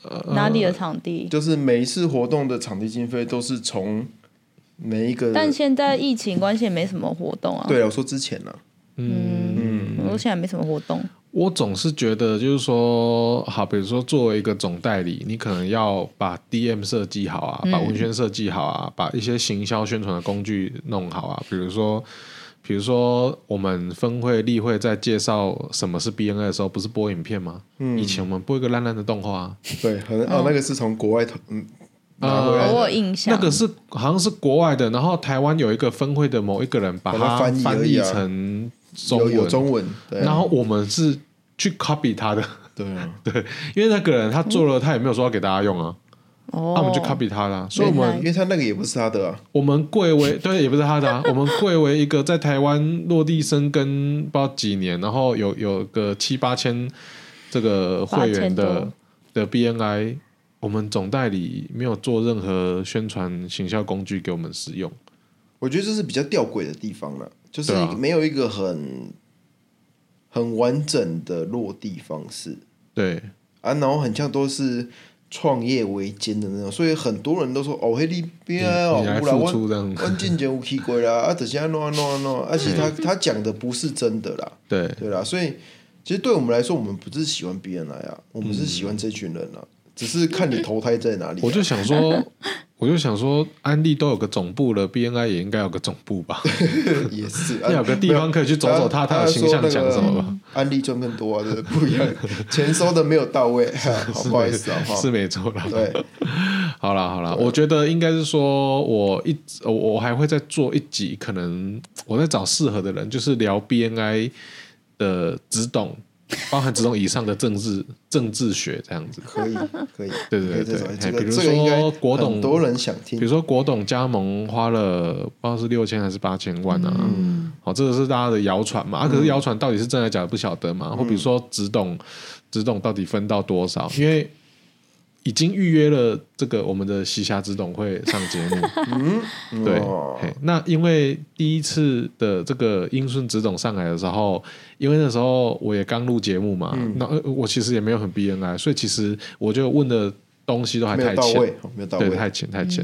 啊，
哪里的场地？
就是每一次活动的场地经费都是从每一个，
但现在疫情关系也没什么活动啊。
对啊，我说之前呢、
嗯，我说现在没什么活动。
我总是觉得就是说，好，比如说作为一个总代理，你可能要把 DM 设计好
嗯
啊，把文宣设计好啊，把一些行销宣传的工具弄好啊，比如说。比如说，我们分会例会在介绍什么是 BNA 的时候，不是播影片吗？
嗯
以前我们播一个烂烂的动画、啊，
对，很哦，那个是从国外投嗯拿回来的，
我有印象，
那个是好像是国外的，然后台湾有一个分会的某一个人把
把
它
它翻译而已啊
成中
有
文，
有中文，对啊
然后我们是去 copy 他的， *laughs*
对啊。
因为那个人他做了，他也没有说要给大家用啊，
哦
那、，我们就 copy 他啦。所以我
原
们
来
因为他那个也不是他的、啊，
我们贵
*laughs*
为对，也不是他的、啊，我们贵为一个在台湾落地生根不知道几年，然后有有个七八千这个会员
八千
的的 BNI，我们总代理没有做任何宣传行销工具给我们使用。
我觉得这是比较吊诡的地方了，就是
对啊
没有一个很很完整的落地方式
对，
啊，然后很像都是创业维艰的那种，所以很多人都说哦，黑利边哦
你，来
不然
付
我
出这样，
我进前有去过啦，啊，等下弄啊弄啊
*laughs*
弄啊，而且他他讲的不是真的啦，
对
对啦，所以其实对我们来说，我们不是喜欢 BNI 啊，我们是喜欢这群人啊，只是看你投胎在哪里啊、
我就想说，我就想说，安利都有个总部了，BNI 也应该有个总部吧？
*laughs* 也是，啊
要有个地方可以去走走踏踏，
他
形象讲什么吧？？
*laughs* 安利赚更多啊，这不一样，钱收的没有到位， *laughs* 好不好意思啊，哈
是没错啦。
对，
好啦好啦，我觉得应该是说，我一直我我还会再做一集，可能我在找适合的人，就是聊 BNI 的只懂，包含只懂以上的政治政治学这样子。
可以可以，
*laughs* 对对对
可以再找
哎
这个
比如
这个应该
说国董
很多人想
比如
听，
说国董加盟花了不知道是六千还是八千万啊，
嗯
好、这个是大家的谣传嘛，啊，可是谣传到底是真的假的不晓得嘛，
嗯
或比如说只董只董到底分到多少，
嗯
因为。已经预约了这个我们的西峡只董会上节
*laughs*
目，对
哦，
嘿那因为第一次的这个英顺直董上来的时候，因为那时候我也刚录节目嘛，
嗯
那、呃我其实也没有很 BNI，所以其实我就问的东西都还
没
太
有到
浅，
位，哦没有到
对，
位，
太浅太浅，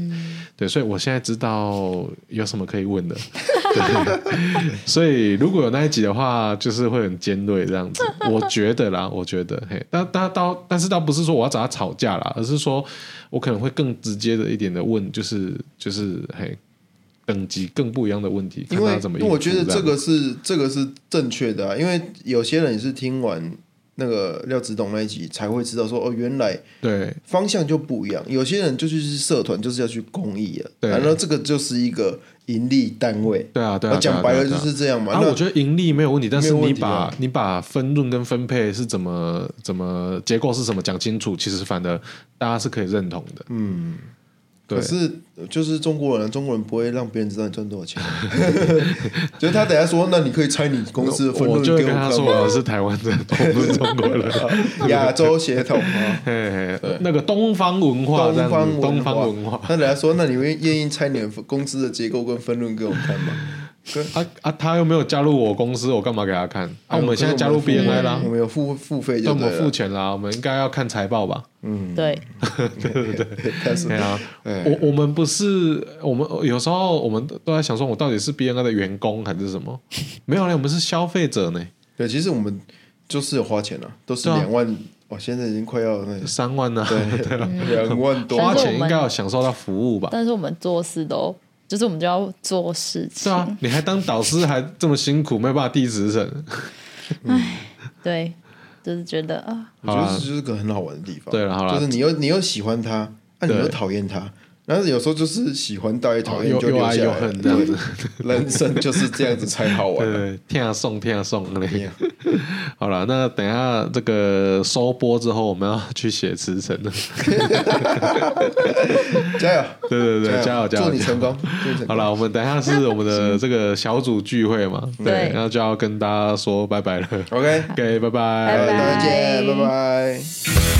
对，所以我现在知道有什么可以问的， *laughs* 对，所以如果有那一集的话，就是会很尖锐这样子，我觉得啦，我觉得，嘿，但但到但是倒不是说我要找他吵架啦，而是说我可能会更直接的一点的问，就是就是嘿，等级更不一样的问题，看
因
他
为
怎么
因为
应
我
付
觉得
样
这个是这个是正确的啊，因为有些人也是听完那个廖子董那一集才会知道说哦，原来
对
方向就不一样。有些人就是去社团，就是要去公益了，
对
然后这个就是一个盈利单位。
对啊对
那
啊，
讲
对
白
啊对啊对
了就
啊
是这样嘛。
啊，
那
我觉得盈利没有问题，但是
没有
你
问题
把、
啊
你把分润跟分配是怎么怎么结构是怎么讲清楚，其实反而大家是可以认同的。嗯，对
可，是呃就是中国人，中国人不会让别人知道你赚多
*laughs*
少钱。就是他等下说，那你可以拆你公司的分
我
论
就
给
会
我
跟他
看
说
吗
我是台湾
*laughs*
人，我不是中国人。啊
亚洲血
*laughs*
统啊，
嘿嘿，那个东方文化
东
这样
方
子，
文
东方
化
文
*laughs*
化。
他等下说，那你会愿意拆你的公司的结构跟分论给我看吗？
啊啊，他又没有加入我公司，我干嘛给他看？ *laughs* 啊，我们现在加入
哎可是
BNI 啦
我，们有付付费
那
就
我
对啊
们付
了。
钱啦，我们应该要看财报吧？
对，
但是
对啊，
哎
我我们不是我们有时候我们都在想说，我到底是 BNI 的员工还是什
*laughs*
么？没有嘞，我们是消费者呢，
对，其实我们就是有花钱了，都是
对啊
两万，哇，现在已经快要那
三万呢、啊
两万多，
花
但是我
钱
们
应该要享受到服务吧？
但是我们做事都就是我们就要做事
是
情，
啊，你还当导师还这么辛苦，没有办法递职称。
对，就是觉得啊，
我觉得这就是个很好玩的地方。
对了好了
就是你又你又喜欢他，那你
对哦
又讨厌他，但是有时候就是喜欢大于讨厌
又
就留
又
下
爱
来
又恨啊这样子，
对人生就是这样子才好玩啊。
对，天啊送天啊送嘞。 *laughs* 好了，那等一下这个收播之后，我们要去写辞呈
*laughs*
了。
加油，
对对对，加油加油！
祝你
加油
成功，祝你成
好
功。
了，我们等一下是我们的这个小组聚会嘛，对
对，
那
*laughs*
就要跟大家说拜拜了。
OK，
OK，拜
拜
大
拜
家见，拜拜。